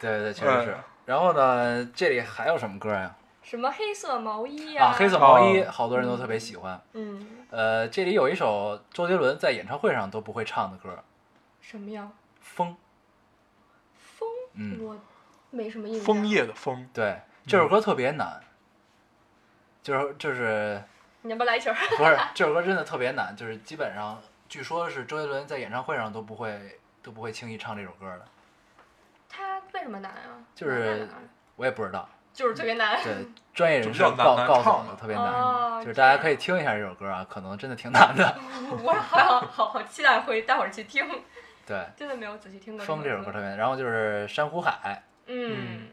Speaker 1: 对对，确实是
Speaker 2: 嗯。
Speaker 1: 然后呢，这里还有什么歌呀？
Speaker 3: 什么黑色毛衣呀、
Speaker 1: 啊，黑色毛衣，好多人都特别喜欢。
Speaker 3: 嗯，
Speaker 1: 呃，这里有一首周杰伦在演唱会上都不会唱的歌，《
Speaker 3: 什么呀？
Speaker 1: 风》。
Speaker 3: 风，
Speaker 1: 嗯，
Speaker 3: 我没什么印象。
Speaker 2: 枫叶的枫，
Speaker 1: 对，这首歌特别难，就是就是
Speaker 3: 你要不要来一曲儿？ [laughs]
Speaker 1: 不是这首歌真的特别难，就是基本上据说是周杰伦在演唱会上都不会都不会轻易唱这首歌的，
Speaker 3: 他为什么难啊？
Speaker 1: 就是我也不知道。
Speaker 3: 就是特别难。
Speaker 1: 对，专业人士
Speaker 2: 就比较
Speaker 1: 告
Speaker 2: 难
Speaker 1: 告诉
Speaker 2: 唱
Speaker 1: 我的
Speaker 2: 嘛
Speaker 1: 特别难，
Speaker 3: 嗯哦，
Speaker 1: 就是大家可以听一下这首歌啊，可能真的挺难的。
Speaker 3: 我好像好好期待会待会儿去听，
Speaker 1: 对，
Speaker 3: 真的没有仔细听过。
Speaker 1: 风这首歌
Speaker 3: 歌
Speaker 1: 特别，然后就是珊瑚海，
Speaker 3: 嗯，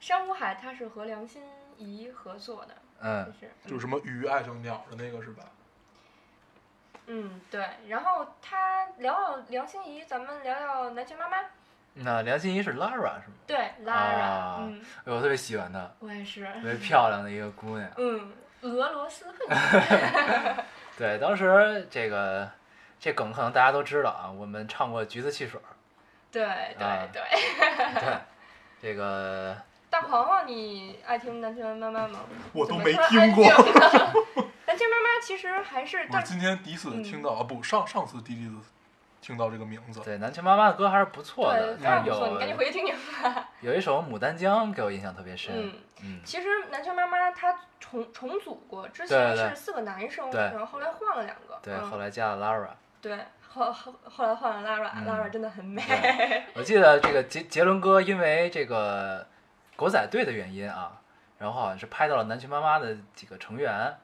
Speaker 3: 珊瑚海它是和梁心颐合作的，就
Speaker 1: 嗯，
Speaker 3: 是
Speaker 2: 就是什么鱼爱上鸟的那个是吧？
Speaker 3: 嗯对，然后他聊聊梁心颐，咱们聊聊南拳妈妈，
Speaker 1: 那梁心颐是 Lara 是吗？
Speaker 3: 对
Speaker 1: 啊
Speaker 3: Lara，嗯，
Speaker 1: 哎我特别喜欢她，
Speaker 3: 我也是，
Speaker 1: 特
Speaker 3: [laughs]
Speaker 1: 别漂亮的一个姑娘。
Speaker 3: 嗯，俄罗斯混血，
Speaker 1: 对，当时这个这梗可能大家都知道啊，我们唱过橘子汽水儿，
Speaker 3: 对
Speaker 1: 啊
Speaker 3: 对对， [laughs]
Speaker 1: 对，这个
Speaker 3: 大黄黄，你爱听南拳妈妈吗？
Speaker 2: 我都
Speaker 3: 怎么
Speaker 2: 没
Speaker 3: 突
Speaker 2: 听
Speaker 3: 然
Speaker 2: 过，
Speaker 3: 安静了。 [laughs] 南拳妈妈其实还是，
Speaker 2: [laughs] 我
Speaker 3: 但
Speaker 2: 是今天第一
Speaker 3: 嗯
Speaker 2: 次听到啊，不上上次第一次听到这个名字，
Speaker 1: 对南拳妈妈的歌还是不错的，
Speaker 3: 对，非常
Speaker 1: 她
Speaker 3: 不错，你赶紧
Speaker 1: 有
Speaker 3: 回去听听。
Speaker 1: 有一首《牡丹江》给我印象特别深，
Speaker 3: 嗯，
Speaker 1: 嗯，
Speaker 3: 其实南拳妈妈她重重组过，之
Speaker 1: 对
Speaker 3: 前
Speaker 1: 对
Speaker 3: 是四个男生，
Speaker 1: 对
Speaker 3: 然后后来换了两个，
Speaker 1: 对，
Speaker 3: 嗯
Speaker 1: 后来加了 Lara。
Speaker 3: 对后后后来换了 Lara，Lara
Speaker 1: 嗯
Speaker 3: 真的很美，
Speaker 1: 对 [laughs] 我记得这个杰杰伦哥因为这个狗仔队的原因啊，然后好像是拍到了南拳妈妈的几个成员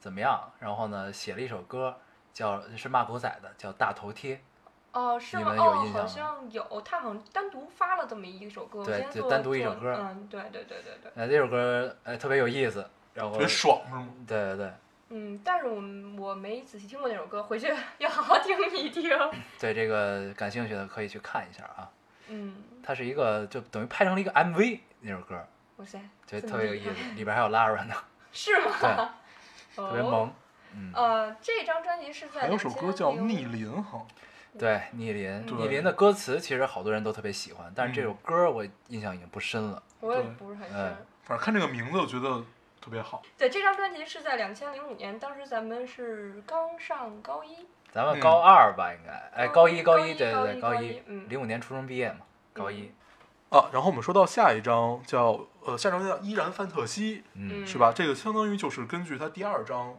Speaker 1: 怎么样，然后呢写了一首歌叫是骂狗仔的，叫《大头贴》，
Speaker 3: [laughs] 哦是吗？
Speaker 1: 你们有
Speaker 3: 哦
Speaker 1: 印象吗
Speaker 3: 好像有，她好像单独发了这么一首歌，我
Speaker 1: 对
Speaker 3: 今天
Speaker 1: 就
Speaker 3: 做
Speaker 1: 单独一首
Speaker 3: 做
Speaker 1: 歌
Speaker 3: 嗯，对对对对对，
Speaker 1: 呃，这首歌呃特别有意思，然后
Speaker 2: 特别爽是吗？
Speaker 1: 对对对
Speaker 3: 嗯，但是我我没仔细听过那首歌，回去 [laughs] 要好好听一听，
Speaker 1: 对，这个感兴趣的可以去看一下啊，
Speaker 3: 嗯，
Speaker 1: 它是一个就等于拍成了一个 MV 那首歌，
Speaker 3: 哇塞，
Speaker 1: 就
Speaker 3: 这么
Speaker 1: 特别有
Speaker 3: 厉
Speaker 1: 意
Speaker 2: [laughs]
Speaker 3: 害
Speaker 1: 思，里边还有 Lara 呢，
Speaker 3: 是吗？
Speaker 1: 对，
Speaker 3: [laughs] 特
Speaker 2: 哦
Speaker 1: 特别萌，嗯，
Speaker 3: 呃，这张专辑是在
Speaker 2: 还有首歌叫《逆
Speaker 3: 2006
Speaker 2: 鳞》哈，
Speaker 1: 对，逆鳞，
Speaker 3: 嗯
Speaker 2: 对
Speaker 1: 逆鳞的歌词其实好多人都特别喜欢，但是这首
Speaker 2: 嗯
Speaker 1: 歌我印象已经不深了。
Speaker 3: 我也
Speaker 2: 对
Speaker 3: 不是很
Speaker 1: 嗯
Speaker 3: 深。
Speaker 2: 反正看这个名字我觉得特别好，
Speaker 3: 对，这张专辑是在两千零五年，当时咱们是刚上高一，
Speaker 1: 咱们
Speaker 2: 嗯
Speaker 1: 高二吧，应该，哎，
Speaker 3: 高
Speaker 1: 一
Speaker 3: 一
Speaker 1: 高
Speaker 3: 哦高
Speaker 1: 一，
Speaker 3: 一
Speaker 1: 对
Speaker 3: 高
Speaker 1: 对对，
Speaker 3: 一
Speaker 1: 高
Speaker 3: 高
Speaker 1: 一
Speaker 3: 一，嗯
Speaker 1: 零五年初中毕业嘛，高一，
Speaker 2: 啊，然后我们说到下一张叫呃，下一张叫《依然范特西》，
Speaker 1: 嗯
Speaker 3: 嗯，
Speaker 2: 是吧？这个相当于就是根据他第二张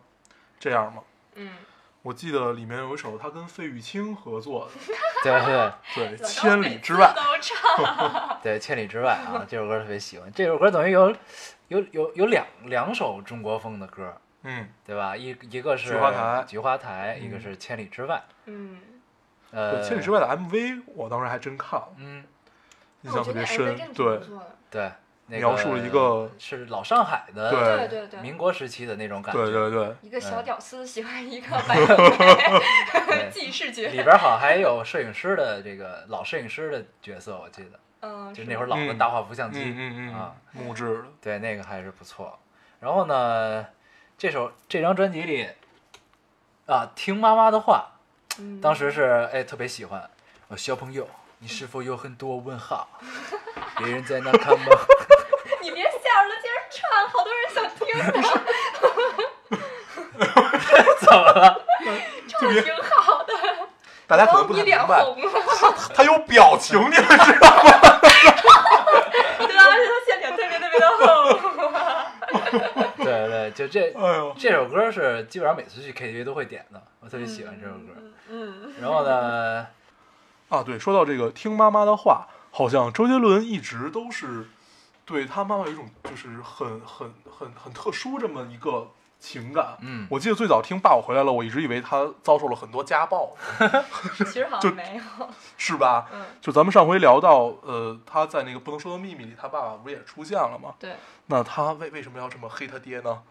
Speaker 2: 这样嘛。
Speaker 3: 嗯，
Speaker 2: 我记得里面有一首他跟费玉清合作的，
Speaker 1: 对
Speaker 3: [laughs]
Speaker 1: 对
Speaker 2: 对，《
Speaker 3: 嗯老高
Speaker 2: 千
Speaker 3: 每
Speaker 2: 里之
Speaker 3: 次
Speaker 2: 外
Speaker 3: 都
Speaker 1: [laughs]
Speaker 3: 唱，
Speaker 1: 对，《千里之外》啊，这首歌特别喜欢。这首歌等于有有有有两两首中国风的歌，》，
Speaker 2: 嗯，
Speaker 1: 对吧？一一个是
Speaker 2: 菊花台
Speaker 1: 菊花台，
Speaker 2: 嗯
Speaker 1: 一个是《千里之外》。
Speaker 3: 嗯，
Speaker 2: 对
Speaker 1: 呃，
Speaker 2: 《千里之外》的 MV 我当时还真看了，
Speaker 1: 嗯，
Speaker 2: 印
Speaker 3: 哦
Speaker 2: 象特
Speaker 3: 哎
Speaker 2: 别深。对，
Speaker 1: 对，那个
Speaker 2: 描述了一个
Speaker 1: 是老上海的
Speaker 2: 对
Speaker 3: 对对对，
Speaker 1: 民国时期的那
Speaker 3: 哎
Speaker 1: 种感觉，
Speaker 2: 对对对，
Speaker 3: 一个小
Speaker 1: 呃嗯
Speaker 3: 屌丝喜
Speaker 1: [laughs]
Speaker 3: 欢一个白富美，
Speaker 1: 对
Speaker 3: 既视
Speaker 1: 里
Speaker 3: [laughs] 觉，
Speaker 1: 边好像还有摄影师的这个老摄影师的角色，我记得
Speaker 3: 嗯，
Speaker 1: 就是那会
Speaker 3: 吗
Speaker 1: 儿老的
Speaker 2: 嗯
Speaker 1: 大画幅相机，
Speaker 2: 嗯嗯嗯
Speaker 1: 啊，
Speaker 2: 木质的，
Speaker 1: 对，那个还是不错。然后呢，这首这张专辑里啊，听妈妈的话，
Speaker 3: 嗯
Speaker 1: 当时是哎特别喜欢。呃，小朋友，你是否有很多问号？别人在那看吗？ [laughs]
Speaker 3: 你别吓着了，接着唱，好多人想听啊
Speaker 1: [laughs]
Speaker 3: 的，
Speaker 1: 怎么了？
Speaker 3: 唱的挺好的，
Speaker 2: 大家可能
Speaker 3: 然后
Speaker 2: 不
Speaker 3: 你
Speaker 2: 太明
Speaker 3: 脸
Speaker 2: 白，
Speaker 3: 红啊了，
Speaker 2: 他有表情，你们知道吗？
Speaker 3: 对，当时他现脸特别特别的红，
Speaker 1: [laughs] 对对，就这
Speaker 2: 哎呦，
Speaker 1: 这首歌是基本上每次去 KTV 都会点的，我特别喜欢这首歌。
Speaker 3: 嗯，
Speaker 1: 然后呢，
Speaker 2: 啊，对，说到这个听妈妈的话，好像周杰伦一直都是对他妈妈有一种就是很很很很特殊这么一个情感。
Speaker 1: 嗯，
Speaker 2: 我记得最早听《爸，我回来了》，我一直以为他遭受了很多家暴，
Speaker 3: 其实好
Speaker 2: 就
Speaker 3: 像没有，
Speaker 2: 是吧？
Speaker 3: 嗯，
Speaker 2: 就咱们上回聊到，呃，他在那个《不能说的秘密》里，他爸爸不是也出现了吗？
Speaker 3: 对，
Speaker 2: 那他为为什么要这么黑他爹呢？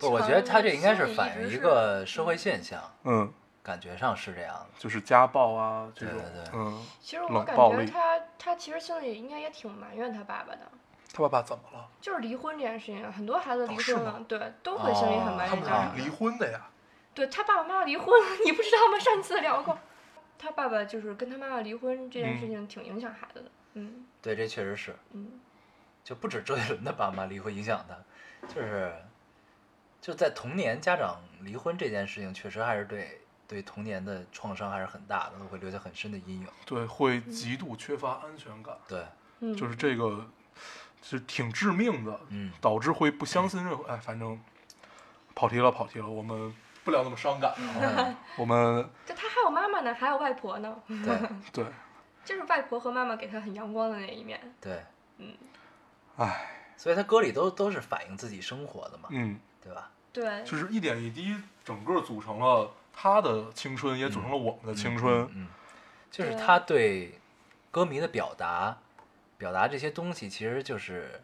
Speaker 1: 不，我觉得他这应该是反映一个社会现象，
Speaker 2: 嗯，
Speaker 1: 感觉上是这样的。
Speaker 2: 就是家暴啊这
Speaker 1: 对
Speaker 2: 种
Speaker 1: 对。对，
Speaker 2: 嗯，
Speaker 3: 其实我
Speaker 2: 冷
Speaker 3: 感
Speaker 2: 暴
Speaker 3: 觉
Speaker 2: 力
Speaker 3: 他他其实心里应该也挺埋怨他爸爸的，
Speaker 2: 他爸爸怎么了？
Speaker 3: 就是离婚这件事情，很多孩子离
Speaker 2: 哦是
Speaker 3: 婚
Speaker 2: 吗
Speaker 3: 了，对，都会心里很埋
Speaker 2: 他
Speaker 3: 怨
Speaker 2: 们
Speaker 3: 家长
Speaker 1: 哦
Speaker 2: 是。离婚的呀。
Speaker 3: 对他爸爸妈妈离婚了， [laughs] 你不知道吗？上次聊过，他爸爸就是跟他妈妈离婚这件事情挺影响孩子的，嗯
Speaker 1: 对，这确实是，
Speaker 3: 嗯，
Speaker 1: 就不止周杰伦的爸妈离婚影响他，就是就在童年家长离婚这件事情，确实还是对对童年的创伤还是很大的，会留下很深的阴影。
Speaker 2: 对，会极度缺乏安全感，
Speaker 1: 对，
Speaker 3: 嗯
Speaker 2: 就是这个是挺致命的，
Speaker 1: 嗯，
Speaker 2: 导致会不相信任何。哎，反正跑题了，跑题了，我们不聊那么伤感啊，
Speaker 1: 嗯
Speaker 2: 我们
Speaker 3: 就他还有妈妈呢，还有外婆呢， [laughs]
Speaker 1: 对
Speaker 2: 对，
Speaker 3: 就是外婆和妈妈给他很阳光的那一面，
Speaker 1: 对，
Speaker 3: 嗯，
Speaker 2: 哎，
Speaker 1: 所以他歌里都都是反映自己生活的嘛，
Speaker 2: 嗯，
Speaker 1: 对吧？
Speaker 3: 对，
Speaker 2: 就是一点一滴，整个组成了他的青春，也组成了我们的青春。
Speaker 1: 嗯，嗯就是
Speaker 3: 对
Speaker 1: 他对歌迷的表达，表达这些东西，其实就是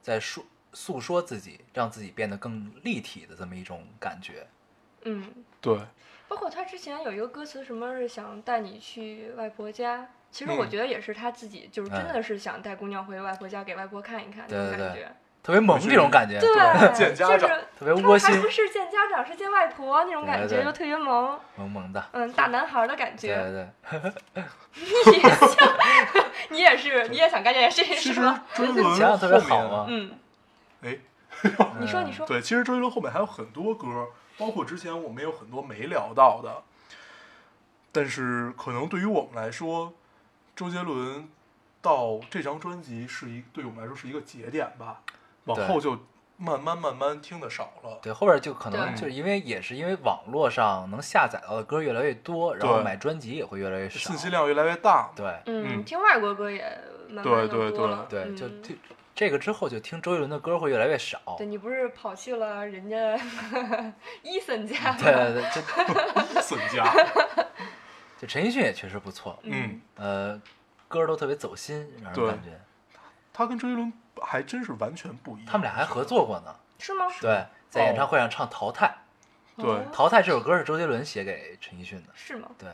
Speaker 1: 在说诉说自己，让自己变得更立体的这么一种感觉。
Speaker 3: 嗯，
Speaker 2: 对，
Speaker 3: 包括他之前有一个歌词，什么是想带你去外婆家。其实我
Speaker 2: 嗯
Speaker 3: 觉得也是他自己，就是真
Speaker 1: 哎
Speaker 3: 的是想带姑娘回外婆家给外婆看一看那
Speaker 1: 对
Speaker 3: 种
Speaker 1: 对
Speaker 3: 感
Speaker 1: 对
Speaker 3: 觉。
Speaker 1: 特别萌
Speaker 2: 就是
Speaker 1: 这种感觉，
Speaker 2: 见家
Speaker 3: 就是
Speaker 2: 长
Speaker 1: 特别
Speaker 3: 他
Speaker 1: 窝心
Speaker 3: 还不是见家长，是见外婆那种
Speaker 1: 对对
Speaker 3: 感觉，就特别萌。
Speaker 1: 萌萌的，
Speaker 3: 嗯，大男孩儿的感
Speaker 1: 对
Speaker 3: 觉。
Speaker 1: 对 [laughs] 对，
Speaker 3: 你也想， [laughs] 你也是，你也想干这件事
Speaker 2: 其
Speaker 3: 情哎是
Speaker 2: 实
Speaker 3: 吗？
Speaker 2: 周杰
Speaker 1: 前两天
Speaker 2: 伦
Speaker 1: 特别
Speaker 2: 后
Speaker 1: 好啊
Speaker 2: 面，
Speaker 1: 嘛，
Speaker 3: 嗯，
Speaker 2: 哎，
Speaker 1: 嗯
Speaker 3: 你说，你说，
Speaker 2: 对，其实周杰伦后面还有很多歌，包括之前我们有很多没聊到的。但是可能对于我们来说，周杰伦到这张专辑是一对我们来说是一个节点吧，往
Speaker 1: 对
Speaker 2: 后就慢慢慢慢听的少了。
Speaker 1: 对，后边就可能
Speaker 3: 对
Speaker 1: 就是因为也是因为网络上能下载到的歌越来越多，然后
Speaker 2: 对
Speaker 1: 买专辑也会越来越少
Speaker 2: 信，息量越来越大嘛，
Speaker 1: 对
Speaker 3: 嗯，
Speaker 2: 嗯
Speaker 3: 听外国歌也慢慢
Speaker 2: 对
Speaker 3: 的
Speaker 2: 对
Speaker 3: 多了，
Speaker 1: 对，就
Speaker 3: 嗯
Speaker 1: 这这个之后就听周杰伦的歌会越来越少，
Speaker 3: 对你不是跑去了人家 [laughs] 伊森家吗？
Speaker 1: 对对对，就 [laughs]
Speaker 2: 损家。
Speaker 1: 就陈奕迅也确实不错，
Speaker 2: 嗯，
Speaker 1: 呃，歌都特别走心，让人
Speaker 2: 对
Speaker 1: 感觉
Speaker 2: 他跟周杰伦还真是完全不一样。
Speaker 1: 他们俩还合作过呢。
Speaker 3: 是吗？
Speaker 2: 嗯
Speaker 1: 对，在演唱会上唱《淘汰》，
Speaker 2: 对
Speaker 3: 哦，
Speaker 1: 淘汰》这首歌是周杰伦写给陈奕迅的。
Speaker 3: 是吗？
Speaker 1: 对，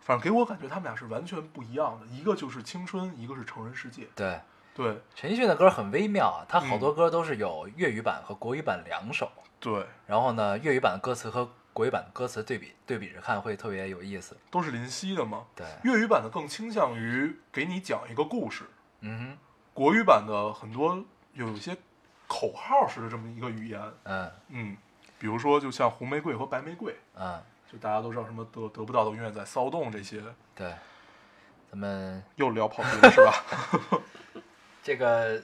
Speaker 2: 反正给我感觉他们俩是完全不一样的，一个就是青春，一个是成人世界。
Speaker 1: 对，
Speaker 2: 对
Speaker 1: 陈奕迅的歌很微妙啊，他
Speaker 2: 嗯
Speaker 1: 好多歌都是有粤语版和国语版两首，
Speaker 2: 对，
Speaker 1: 然后呢，粤语版的歌词和国语版的歌词对比对比着看会特别有意思。
Speaker 2: 都是林夕的嘛。
Speaker 1: 对，
Speaker 2: 粤语版的更倾向于给你讲一个故事，
Speaker 1: 嗯
Speaker 2: 国语版的很多有一些口号式的这么一个语言，
Speaker 1: 哼嗯
Speaker 2: 嗯，比如说就像红玫瑰和白玫瑰，
Speaker 1: 嗯，
Speaker 2: 就大家都知道什么得得不到的永远在骚动这些，
Speaker 1: 对，咱们
Speaker 2: 又聊跑题了是 [laughs] 吧？
Speaker 1: 这个，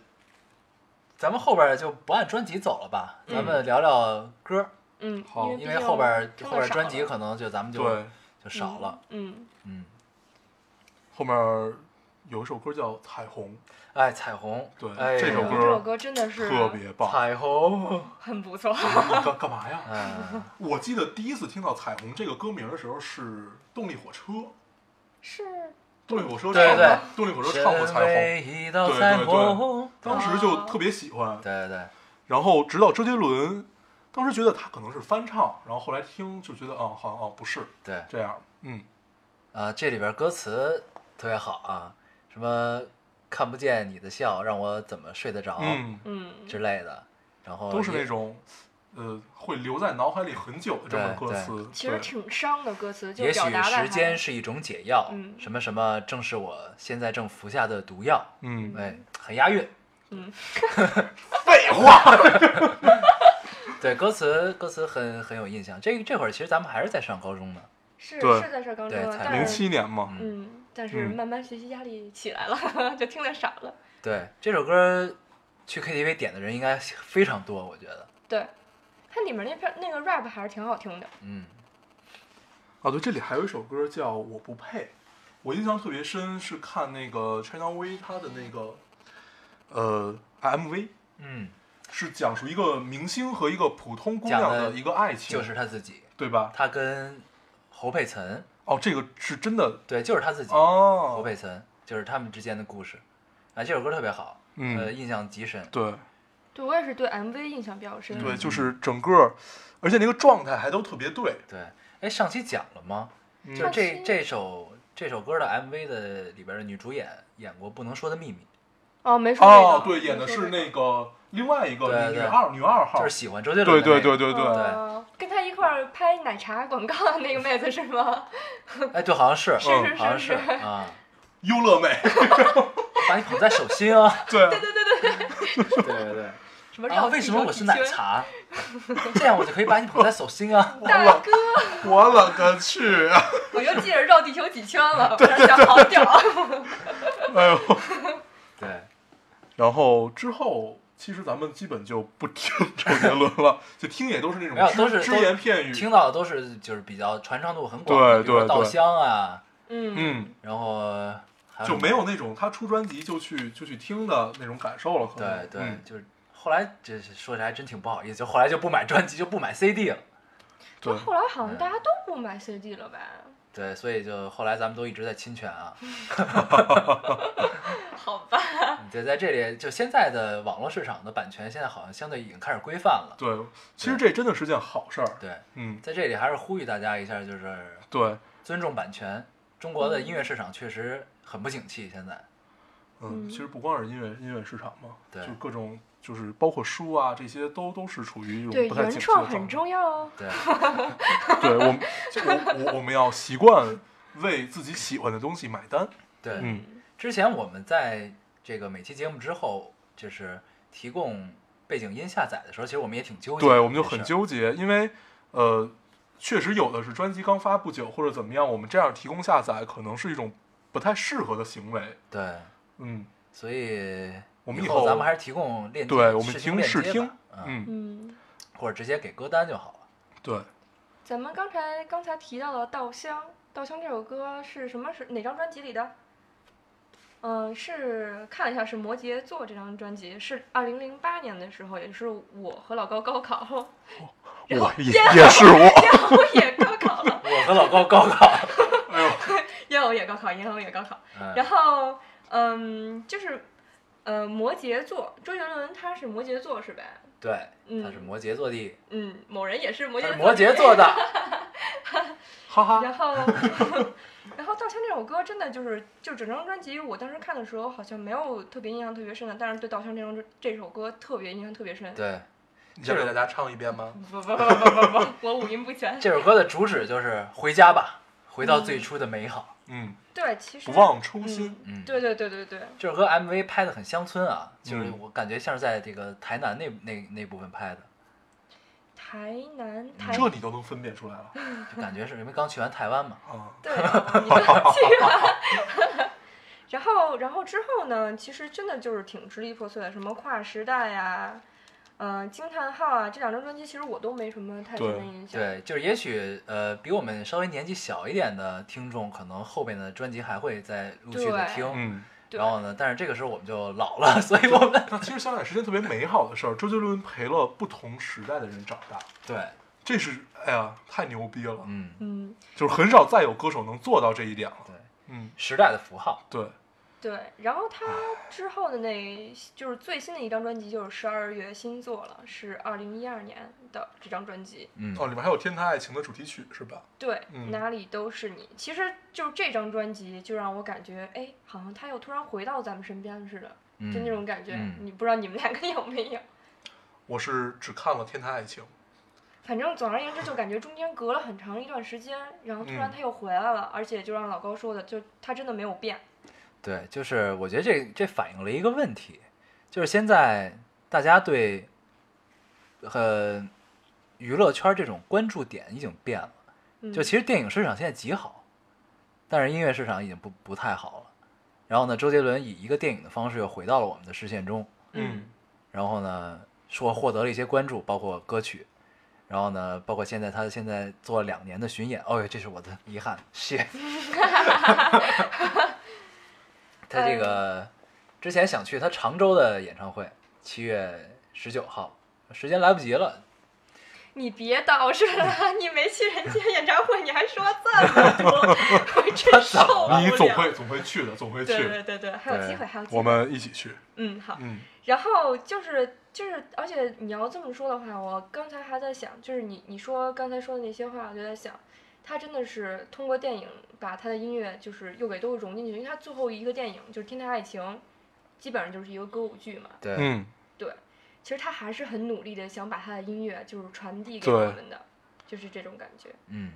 Speaker 1: 咱们后边儿就不按专辑走了吧，咱
Speaker 2: 嗯
Speaker 1: 们聊聊歌儿。
Speaker 3: 嗯，
Speaker 2: 好
Speaker 1: 因
Speaker 3: 毕
Speaker 1: 为
Speaker 3: 竟
Speaker 1: 后边儿
Speaker 3: 听得
Speaker 1: 后边儿专
Speaker 3: 少
Speaker 1: 辑
Speaker 3: 了
Speaker 1: 可能就咱们就
Speaker 2: 对，
Speaker 1: 就少了，，
Speaker 3: 嗯，
Speaker 1: 嗯，
Speaker 2: 后面有一首歌叫《彩虹
Speaker 1: 哎，彩虹，
Speaker 2: 对
Speaker 1: 哎呀、
Speaker 2: 这首
Speaker 3: 嗯
Speaker 2: 歌
Speaker 3: 这首歌真的》，是
Speaker 2: 特别棒。
Speaker 1: 彩
Speaker 2: [laughs]
Speaker 1: 虹，
Speaker 3: 很不错，
Speaker 2: 你干干嘛呀？
Speaker 1: 嗯，
Speaker 2: 我记得第一次听到《彩虹》这个歌名的时候是动力火车，
Speaker 3: [laughs] 是
Speaker 2: 动力火车
Speaker 1: 对
Speaker 2: 唱过
Speaker 1: 对，
Speaker 2: 动力火车唱过彩虹，
Speaker 1: 为一道
Speaker 2: 对对
Speaker 1: 彩
Speaker 2: 对
Speaker 1: 虹，
Speaker 2: 当时就特别喜欢。
Speaker 1: 对对对，
Speaker 2: 然后直到周杰伦，当时觉得他可能是翻唱，然后后来听就觉得啊，好像啊不是
Speaker 1: 对，
Speaker 2: 这样，嗯，
Speaker 1: 啊，这里边歌词特别好啊，什么看不见你的笑，让我怎么睡得着、
Speaker 2: 嗯，
Speaker 3: 嗯，
Speaker 1: 之类的，然后
Speaker 2: 都是
Speaker 1: 也
Speaker 2: 那种，呃，会留在脑海里很久的这么
Speaker 1: 对
Speaker 2: 歌词。
Speaker 3: 其实
Speaker 2: 对
Speaker 3: 挺伤的歌词，就
Speaker 1: 也
Speaker 3: 表
Speaker 1: 许
Speaker 3: 达了
Speaker 1: 时间
Speaker 3: 还
Speaker 1: 是一种解药，
Speaker 3: 嗯
Speaker 1: 什么什么正是我现在正服下的毒药，
Speaker 2: 嗯， [laughs]
Speaker 1: 哎，很押韵。
Speaker 2: 废话，
Speaker 1: 对，歌词歌词很很有印象。这这会儿其实咱们还是在上高中呢，
Speaker 3: 是
Speaker 2: 对
Speaker 3: 是在这刚中
Speaker 1: 对
Speaker 3: 了，
Speaker 1: 才
Speaker 2: 零
Speaker 3: 但是
Speaker 2: 七年嘛，
Speaker 3: 嗯，但是
Speaker 2: 嗯
Speaker 3: 慢慢学习压力起来了， [laughs] 就听得少了。
Speaker 1: 对
Speaker 2: 嗯
Speaker 1: 这首歌，去 KTV 点的人应该非常多，我觉得，
Speaker 3: 对，它里面那片那个 rap 还是挺好听的。
Speaker 1: 嗯，
Speaker 2: 啊，对，这里还有一首歌叫《我不配》，我印象特别深，是看那个 China V 他的那个呃 MV，
Speaker 1: 嗯，
Speaker 2: 是讲述一个明星和一个普通姑
Speaker 1: 讲
Speaker 2: 娘
Speaker 1: 的
Speaker 2: 的一个爱情，
Speaker 1: 就是他自己，
Speaker 2: 对吧？
Speaker 1: 他跟侯佩岑，
Speaker 2: 哦，这个是真的
Speaker 1: 对，就是他自己，侯
Speaker 2: 哦，
Speaker 1: 佩岑，就是他们之间的故事。哎，这首歌特别好，呃，
Speaker 2: 嗯，
Speaker 1: 印象极深。
Speaker 2: 对
Speaker 3: 对我也是对 MV 印象比较深。
Speaker 2: 对，
Speaker 1: 嗯
Speaker 2: 就是整个，而且那个状态还都特别对，
Speaker 1: 对，哎，上期讲了吗？
Speaker 2: 嗯
Speaker 1: 就是这
Speaker 3: 上期
Speaker 1: 这首这首歌的 MV 的里边的女主演演过《不能说的秘密
Speaker 3: 哦，没说那
Speaker 2: 哦，
Speaker 3: 个。
Speaker 2: 对，演的是那个另外一个
Speaker 1: 对
Speaker 2: 女
Speaker 1: 对
Speaker 2: 二女二》，号
Speaker 1: 就是，喜欢周杰伦
Speaker 2: 对
Speaker 1: 的那个。
Speaker 2: 对
Speaker 1: 嗯
Speaker 2: 对对对，
Speaker 3: 哦跟他一块儿拍奶茶广告的那个妹子是吗？
Speaker 1: 哎，对，好像是，
Speaker 3: 是
Speaker 2: 嗯
Speaker 3: 是
Speaker 1: 好像是
Speaker 3: 是是，
Speaker 1: 啊，
Speaker 2: 优乐
Speaker 1: [laughs]
Speaker 2: 美，
Speaker 1: 把你捧在手心啊！
Speaker 2: 对，
Speaker 1: 对对对。
Speaker 3: 什么
Speaker 1: 啊，
Speaker 3: 绕
Speaker 1: 为
Speaker 3: 地
Speaker 1: 什么
Speaker 3: 球
Speaker 1: 我
Speaker 3: 几
Speaker 1: 是奶
Speaker 3: 圈？
Speaker 1: 茶？这样我就可以把你捧在手心啊！
Speaker 2: 我
Speaker 3: 大
Speaker 2: 了
Speaker 3: 哥，
Speaker 2: 我了个去啊！
Speaker 3: 我又记着绕地球几
Speaker 2: [laughs]
Speaker 3: 圈了，我想好屌。 [laughs]
Speaker 2: 哎呦，
Speaker 1: 对，
Speaker 2: 然后之后其实咱们基本就不听周杰伦了，就听也都是那种
Speaker 1: 没有
Speaker 2: 只
Speaker 1: 都是
Speaker 2: 只
Speaker 1: 都
Speaker 2: 言片语，
Speaker 1: 听到的都是就是比较传唱度很广
Speaker 2: 对
Speaker 1: 的，比如说
Speaker 2: 对
Speaker 1: 稻
Speaker 2: 对
Speaker 1: 香啊，
Speaker 3: 嗯，
Speaker 2: 嗯，
Speaker 1: 然后还什
Speaker 2: 就
Speaker 1: 么
Speaker 2: 没有那种他出专辑就去就去听的那种感受了，可
Speaker 1: 对
Speaker 2: 能
Speaker 1: 对，
Speaker 2: 嗯
Speaker 1: 就是后来这是说起来还真挺不好意思，就后来就不买专辑，就不买 CD 了。
Speaker 2: 对，
Speaker 3: 后来好像大家都不买 CD 了吧？
Speaker 1: 对，所以就后来咱们都一直在侵权啊。
Speaker 3: 好吧，
Speaker 1: 对，在这里就现在的网络市场的版权，现在好像相对已经开始规范了。
Speaker 2: 对，其实这真的是件好事儿，
Speaker 1: 对，
Speaker 2: 嗯，
Speaker 1: 在这里还是呼吁大家一下，就是
Speaker 2: 对，嗯
Speaker 1: 尊重版权。中国的音乐市场确实很不景气，现在。
Speaker 2: 嗯，
Speaker 3: 嗯
Speaker 2: 其实不光是音乐音乐市场嘛，
Speaker 1: 对
Speaker 2: 就各种就是包括书啊这些都都是处于一
Speaker 3: 对，
Speaker 2: 种不太
Speaker 3: 原
Speaker 2: 景气
Speaker 3: 创
Speaker 2: 的状
Speaker 3: 很
Speaker 2: 态。
Speaker 3: 重要哦。
Speaker 2: [laughs]
Speaker 1: 对，
Speaker 2: 对我们，我我我们要习惯为自己喜欢的东西买单，
Speaker 1: 对，
Speaker 2: 嗯
Speaker 1: 之前我们在这个每期节目之后，就是提供背景音下载的时候，其实我们也挺纠结的这事儿。
Speaker 2: 对，我们就很纠结，因为呃，确实有的是专辑刚发不久或者怎么样，我们这样提供下载可能是一种不太适合的行为。
Speaker 1: 对，
Speaker 2: 嗯，
Speaker 1: 所以
Speaker 2: 我们
Speaker 1: 以
Speaker 2: 以后
Speaker 1: 咱们还是提供链接，
Speaker 2: 对，我们
Speaker 1: 试
Speaker 2: 提供
Speaker 1: 链
Speaker 2: 试
Speaker 1: 接
Speaker 2: 听
Speaker 1: 吧，嗯，
Speaker 2: 嗯，
Speaker 3: 嗯，
Speaker 1: 或者直接给歌单就好了。
Speaker 2: 对，
Speaker 3: 咱们刚才刚才提到了《稻香》，《稻香》这首歌是什么？是哪张专辑里的？嗯，是看了一下，是摩羯座这张专辑，是二零零八年的时候，也是我和老高高考， [laughs] 然后
Speaker 2: 我 [laughs] 也也是 [laughs] 我，
Speaker 3: 燕欧也高考了， [laughs]
Speaker 1: 我和老高高 [laughs] 考，
Speaker 2: 哎呦，
Speaker 3: 燕欧也高考，燕欧也高考。
Speaker 1: 嗯
Speaker 3: 然后，嗯，就是，呃，摩羯座，周杰伦他是摩羯座是吧？
Speaker 1: 对，
Speaker 3: 嗯
Speaker 1: 他是摩羯座的，
Speaker 3: 嗯，某人也是摩
Speaker 1: 他是
Speaker 3: 羯
Speaker 1: 摩
Speaker 3: 座。
Speaker 1: 羯座的，
Speaker 2: 哈哈，
Speaker 3: 然后， [laughs] 然后《稻香》这首歌真的就是，就整张专辑，我当时看的时候好像没有特别印象特别深的，但是对《稻香》这张这首歌特别印象特别深。
Speaker 1: 对。
Speaker 2: 你想给大家唱一遍吗？
Speaker 3: 不不不不不不，我五音不全。
Speaker 1: 这首歌的主旨就是回家吧，回到最初的美好。
Speaker 2: 嗯，
Speaker 3: 对，其实
Speaker 2: 不忘初心，
Speaker 1: 嗯，
Speaker 3: 嗯，对对对对对，
Speaker 1: 这首歌 MV 拍的很乡村啊，就是
Speaker 2: 嗯
Speaker 1: 我感觉像是在这个台南那那那部分拍的，
Speaker 3: 台南台
Speaker 2: 这你都能分辨出来 [laughs] 了
Speaker 1: 就感觉是因为刚去完台湾嘛。
Speaker 2: 啊。
Speaker 3: 对，你都去了。 [laughs] 然后，然后之后呢？其实真的就是挺支离破碎的，什么跨时代呀、嗯、惊叹号啊，这两张专辑其实我都没什么太深的
Speaker 2: 对
Speaker 3: 印象。
Speaker 1: 对，就是也许呃，比我们稍微年纪小一点的听众，可能后边的专辑还会再陆续的
Speaker 3: 对
Speaker 1: 听。
Speaker 2: 嗯，
Speaker 3: 对
Speaker 1: 然后呢，但是这个时候我们就老了， [laughs] 所以我们
Speaker 2: 那其实想想是件特别美好的事儿，周杰伦陪了不同时代的人长大，
Speaker 1: 对，
Speaker 2: 这是哎呀太牛逼了，
Speaker 1: 嗯，
Speaker 3: 嗯，
Speaker 2: 就是很少再有歌手能做到这一点了。
Speaker 1: 对，
Speaker 2: 嗯，
Speaker 1: 时代的符号。
Speaker 2: 对，
Speaker 3: 对，然后他之后的那，就是最新的一张专辑就是十二月新作了，是二零一二年的这张专辑。
Speaker 1: 嗯，
Speaker 2: 哦，里面还有《天塌爱情》的主题曲是吧？
Speaker 3: 对，
Speaker 2: 嗯
Speaker 3: 哪里都是你。其实就这张专辑，就让我感觉，哎，好像他又突然回到咱们身边似的，
Speaker 1: 嗯
Speaker 3: 就那种感觉。
Speaker 1: 嗯
Speaker 3: 你不知道你们两个有没有？
Speaker 2: 我是只看了《天塌爱情》，
Speaker 3: 反正总而言之，就感觉中间隔了很长一段时间，然后突然
Speaker 2: 嗯
Speaker 3: 他又回来了，而且就让老高说的，就他真的没有变。
Speaker 1: 对，就是我觉得这这反映了一个问题，就是现在大家对呃娱乐圈这种关注点已经变了。
Speaker 3: 嗯，
Speaker 1: 就其实电影市场现在极好，但是音乐市场已经不不太好了。然后呢，周杰伦以一个电影的方式又回到了我们的视线中，
Speaker 3: 嗯
Speaker 1: 然后呢，说获得了一些关注，包括歌曲，然后呢，包括现在他现在做了两年的巡演，哦哟，这是我的遗憾，shit。他这个之前想去他常州的演唱会，七月十九号，时间来不及了，
Speaker 3: 你别倒饬
Speaker 2: 嗯
Speaker 3: 了，你没去人家演唱会，你还说这么多， [laughs] 我
Speaker 2: [laughs]
Speaker 3: 真受不了。
Speaker 2: 你总会总会去的，总会去。
Speaker 3: 啊对对对对，还有机会，还有机会。
Speaker 2: 我们一起去。
Speaker 3: 嗯好，
Speaker 2: 嗯
Speaker 3: 然后就是就是，而且你要这么说的话，我刚才还在想，就是你你说刚才说的那些话，我就在想，他真的是通过电影把他的音乐就是又给都融进去，因为他最后一个电影就是《天塌爱情》，基本上就是一个歌舞剧嘛。
Speaker 1: 对，
Speaker 2: 嗯，
Speaker 3: 其实他还是很努力的想把他的音乐就是传递给我们的，就是这种感觉。
Speaker 1: 嗯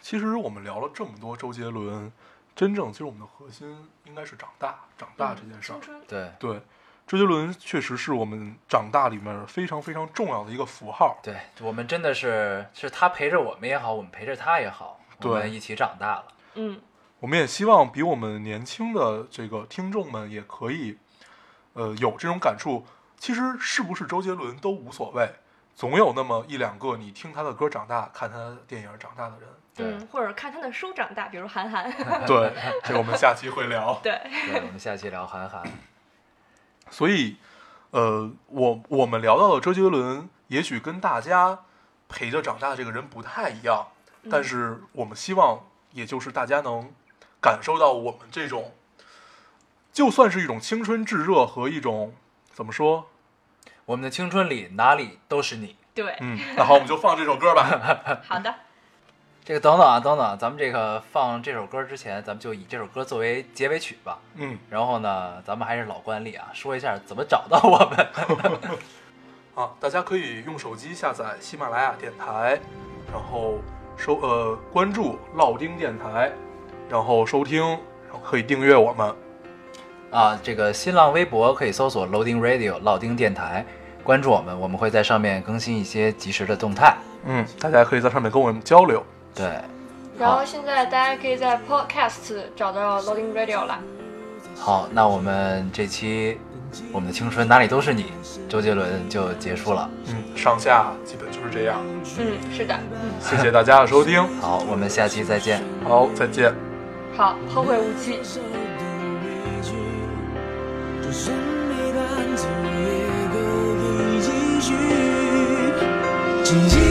Speaker 2: 其实我们聊了这么多周杰伦，真正其实我们的核心应该是长大，长大这件事儿
Speaker 3: 嗯青。春，
Speaker 1: 对
Speaker 2: 对，周杰伦确实是我们长大里面非常非常重要的一个符号。
Speaker 1: 对，我们真的是是他陪着我们也好，我们陪着他也好，我
Speaker 2: 对
Speaker 1: 们一起长大了。
Speaker 3: 嗯
Speaker 2: 我们也希望比我们年轻的这个听众们也可以，呃，有这种感触。其实是不是周杰伦都无所谓，总有那么一两个你听他的歌长大、看他的电影长大的人。
Speaker 1: 对
Speaker 3: 嗯，或者看他的书长大，比如韩寒， [laughs]
Speaker 2: [laughs] 对，这个我们下期会聊。
Speaker 3: 对，
Speaker 1: 对，我们下期聊韩寒。
Speaker 2: 所以，呃，我我们聊到的周杰伦，也许跟大家陪着长大的这个人不太一样，但是我们希望，也就是大家能感受到我们这种，就算是一种青春炙热和一种怎么说，
Speaker 1: 我们的青春里哪里都是你。
Speaker 3: 对，
Speaker 2: 嗯，那好，我们就放这首歌吧。
Speaker 3: 好的，
Speaker 1: 这个等等啊，等等啊，咱们这个放这首歌之前，咱们就以这首歌作为结尾曲吧。
Speaker 2: 嗯
Speaker 1: 然后呢，咱们还是老惯例啊，说一下怎么找到我们。 [laughs]
Speaker 2: 啊，大家可以用手机下载喜马拉雅电台，然后收呃关注烙丁电台，然后收听，然后可以订阅我们。
Speaker 1: 啊，这个新浪微博可以搜索 Loading Radio 老丁电台，关注我们，我们会在上面更新一些及时的动态。
Speaker 2: 嗯，大家可以在上面跟我们交流。
Speaker 1: 对，
Speaker 3: 然后现在大家可以在 Podcast 找到 Loading Radio 了。
Speaker 1: 好，那我们这期《我们的青春哪里都是你》周杰伦就结束了。
Speaker 2: 嗯，上下基本就是这样。
Speaker 3: 嗯，是的，
Speaker 2: 谢谢大家的收听，
Speaker 1: 好，我们下期再见。
Speaker 2: 好，再见。
Speaker 3: 好，后会无期。
Speaker 7: 手的悲剧，就算没伴奏，也够不继续。请记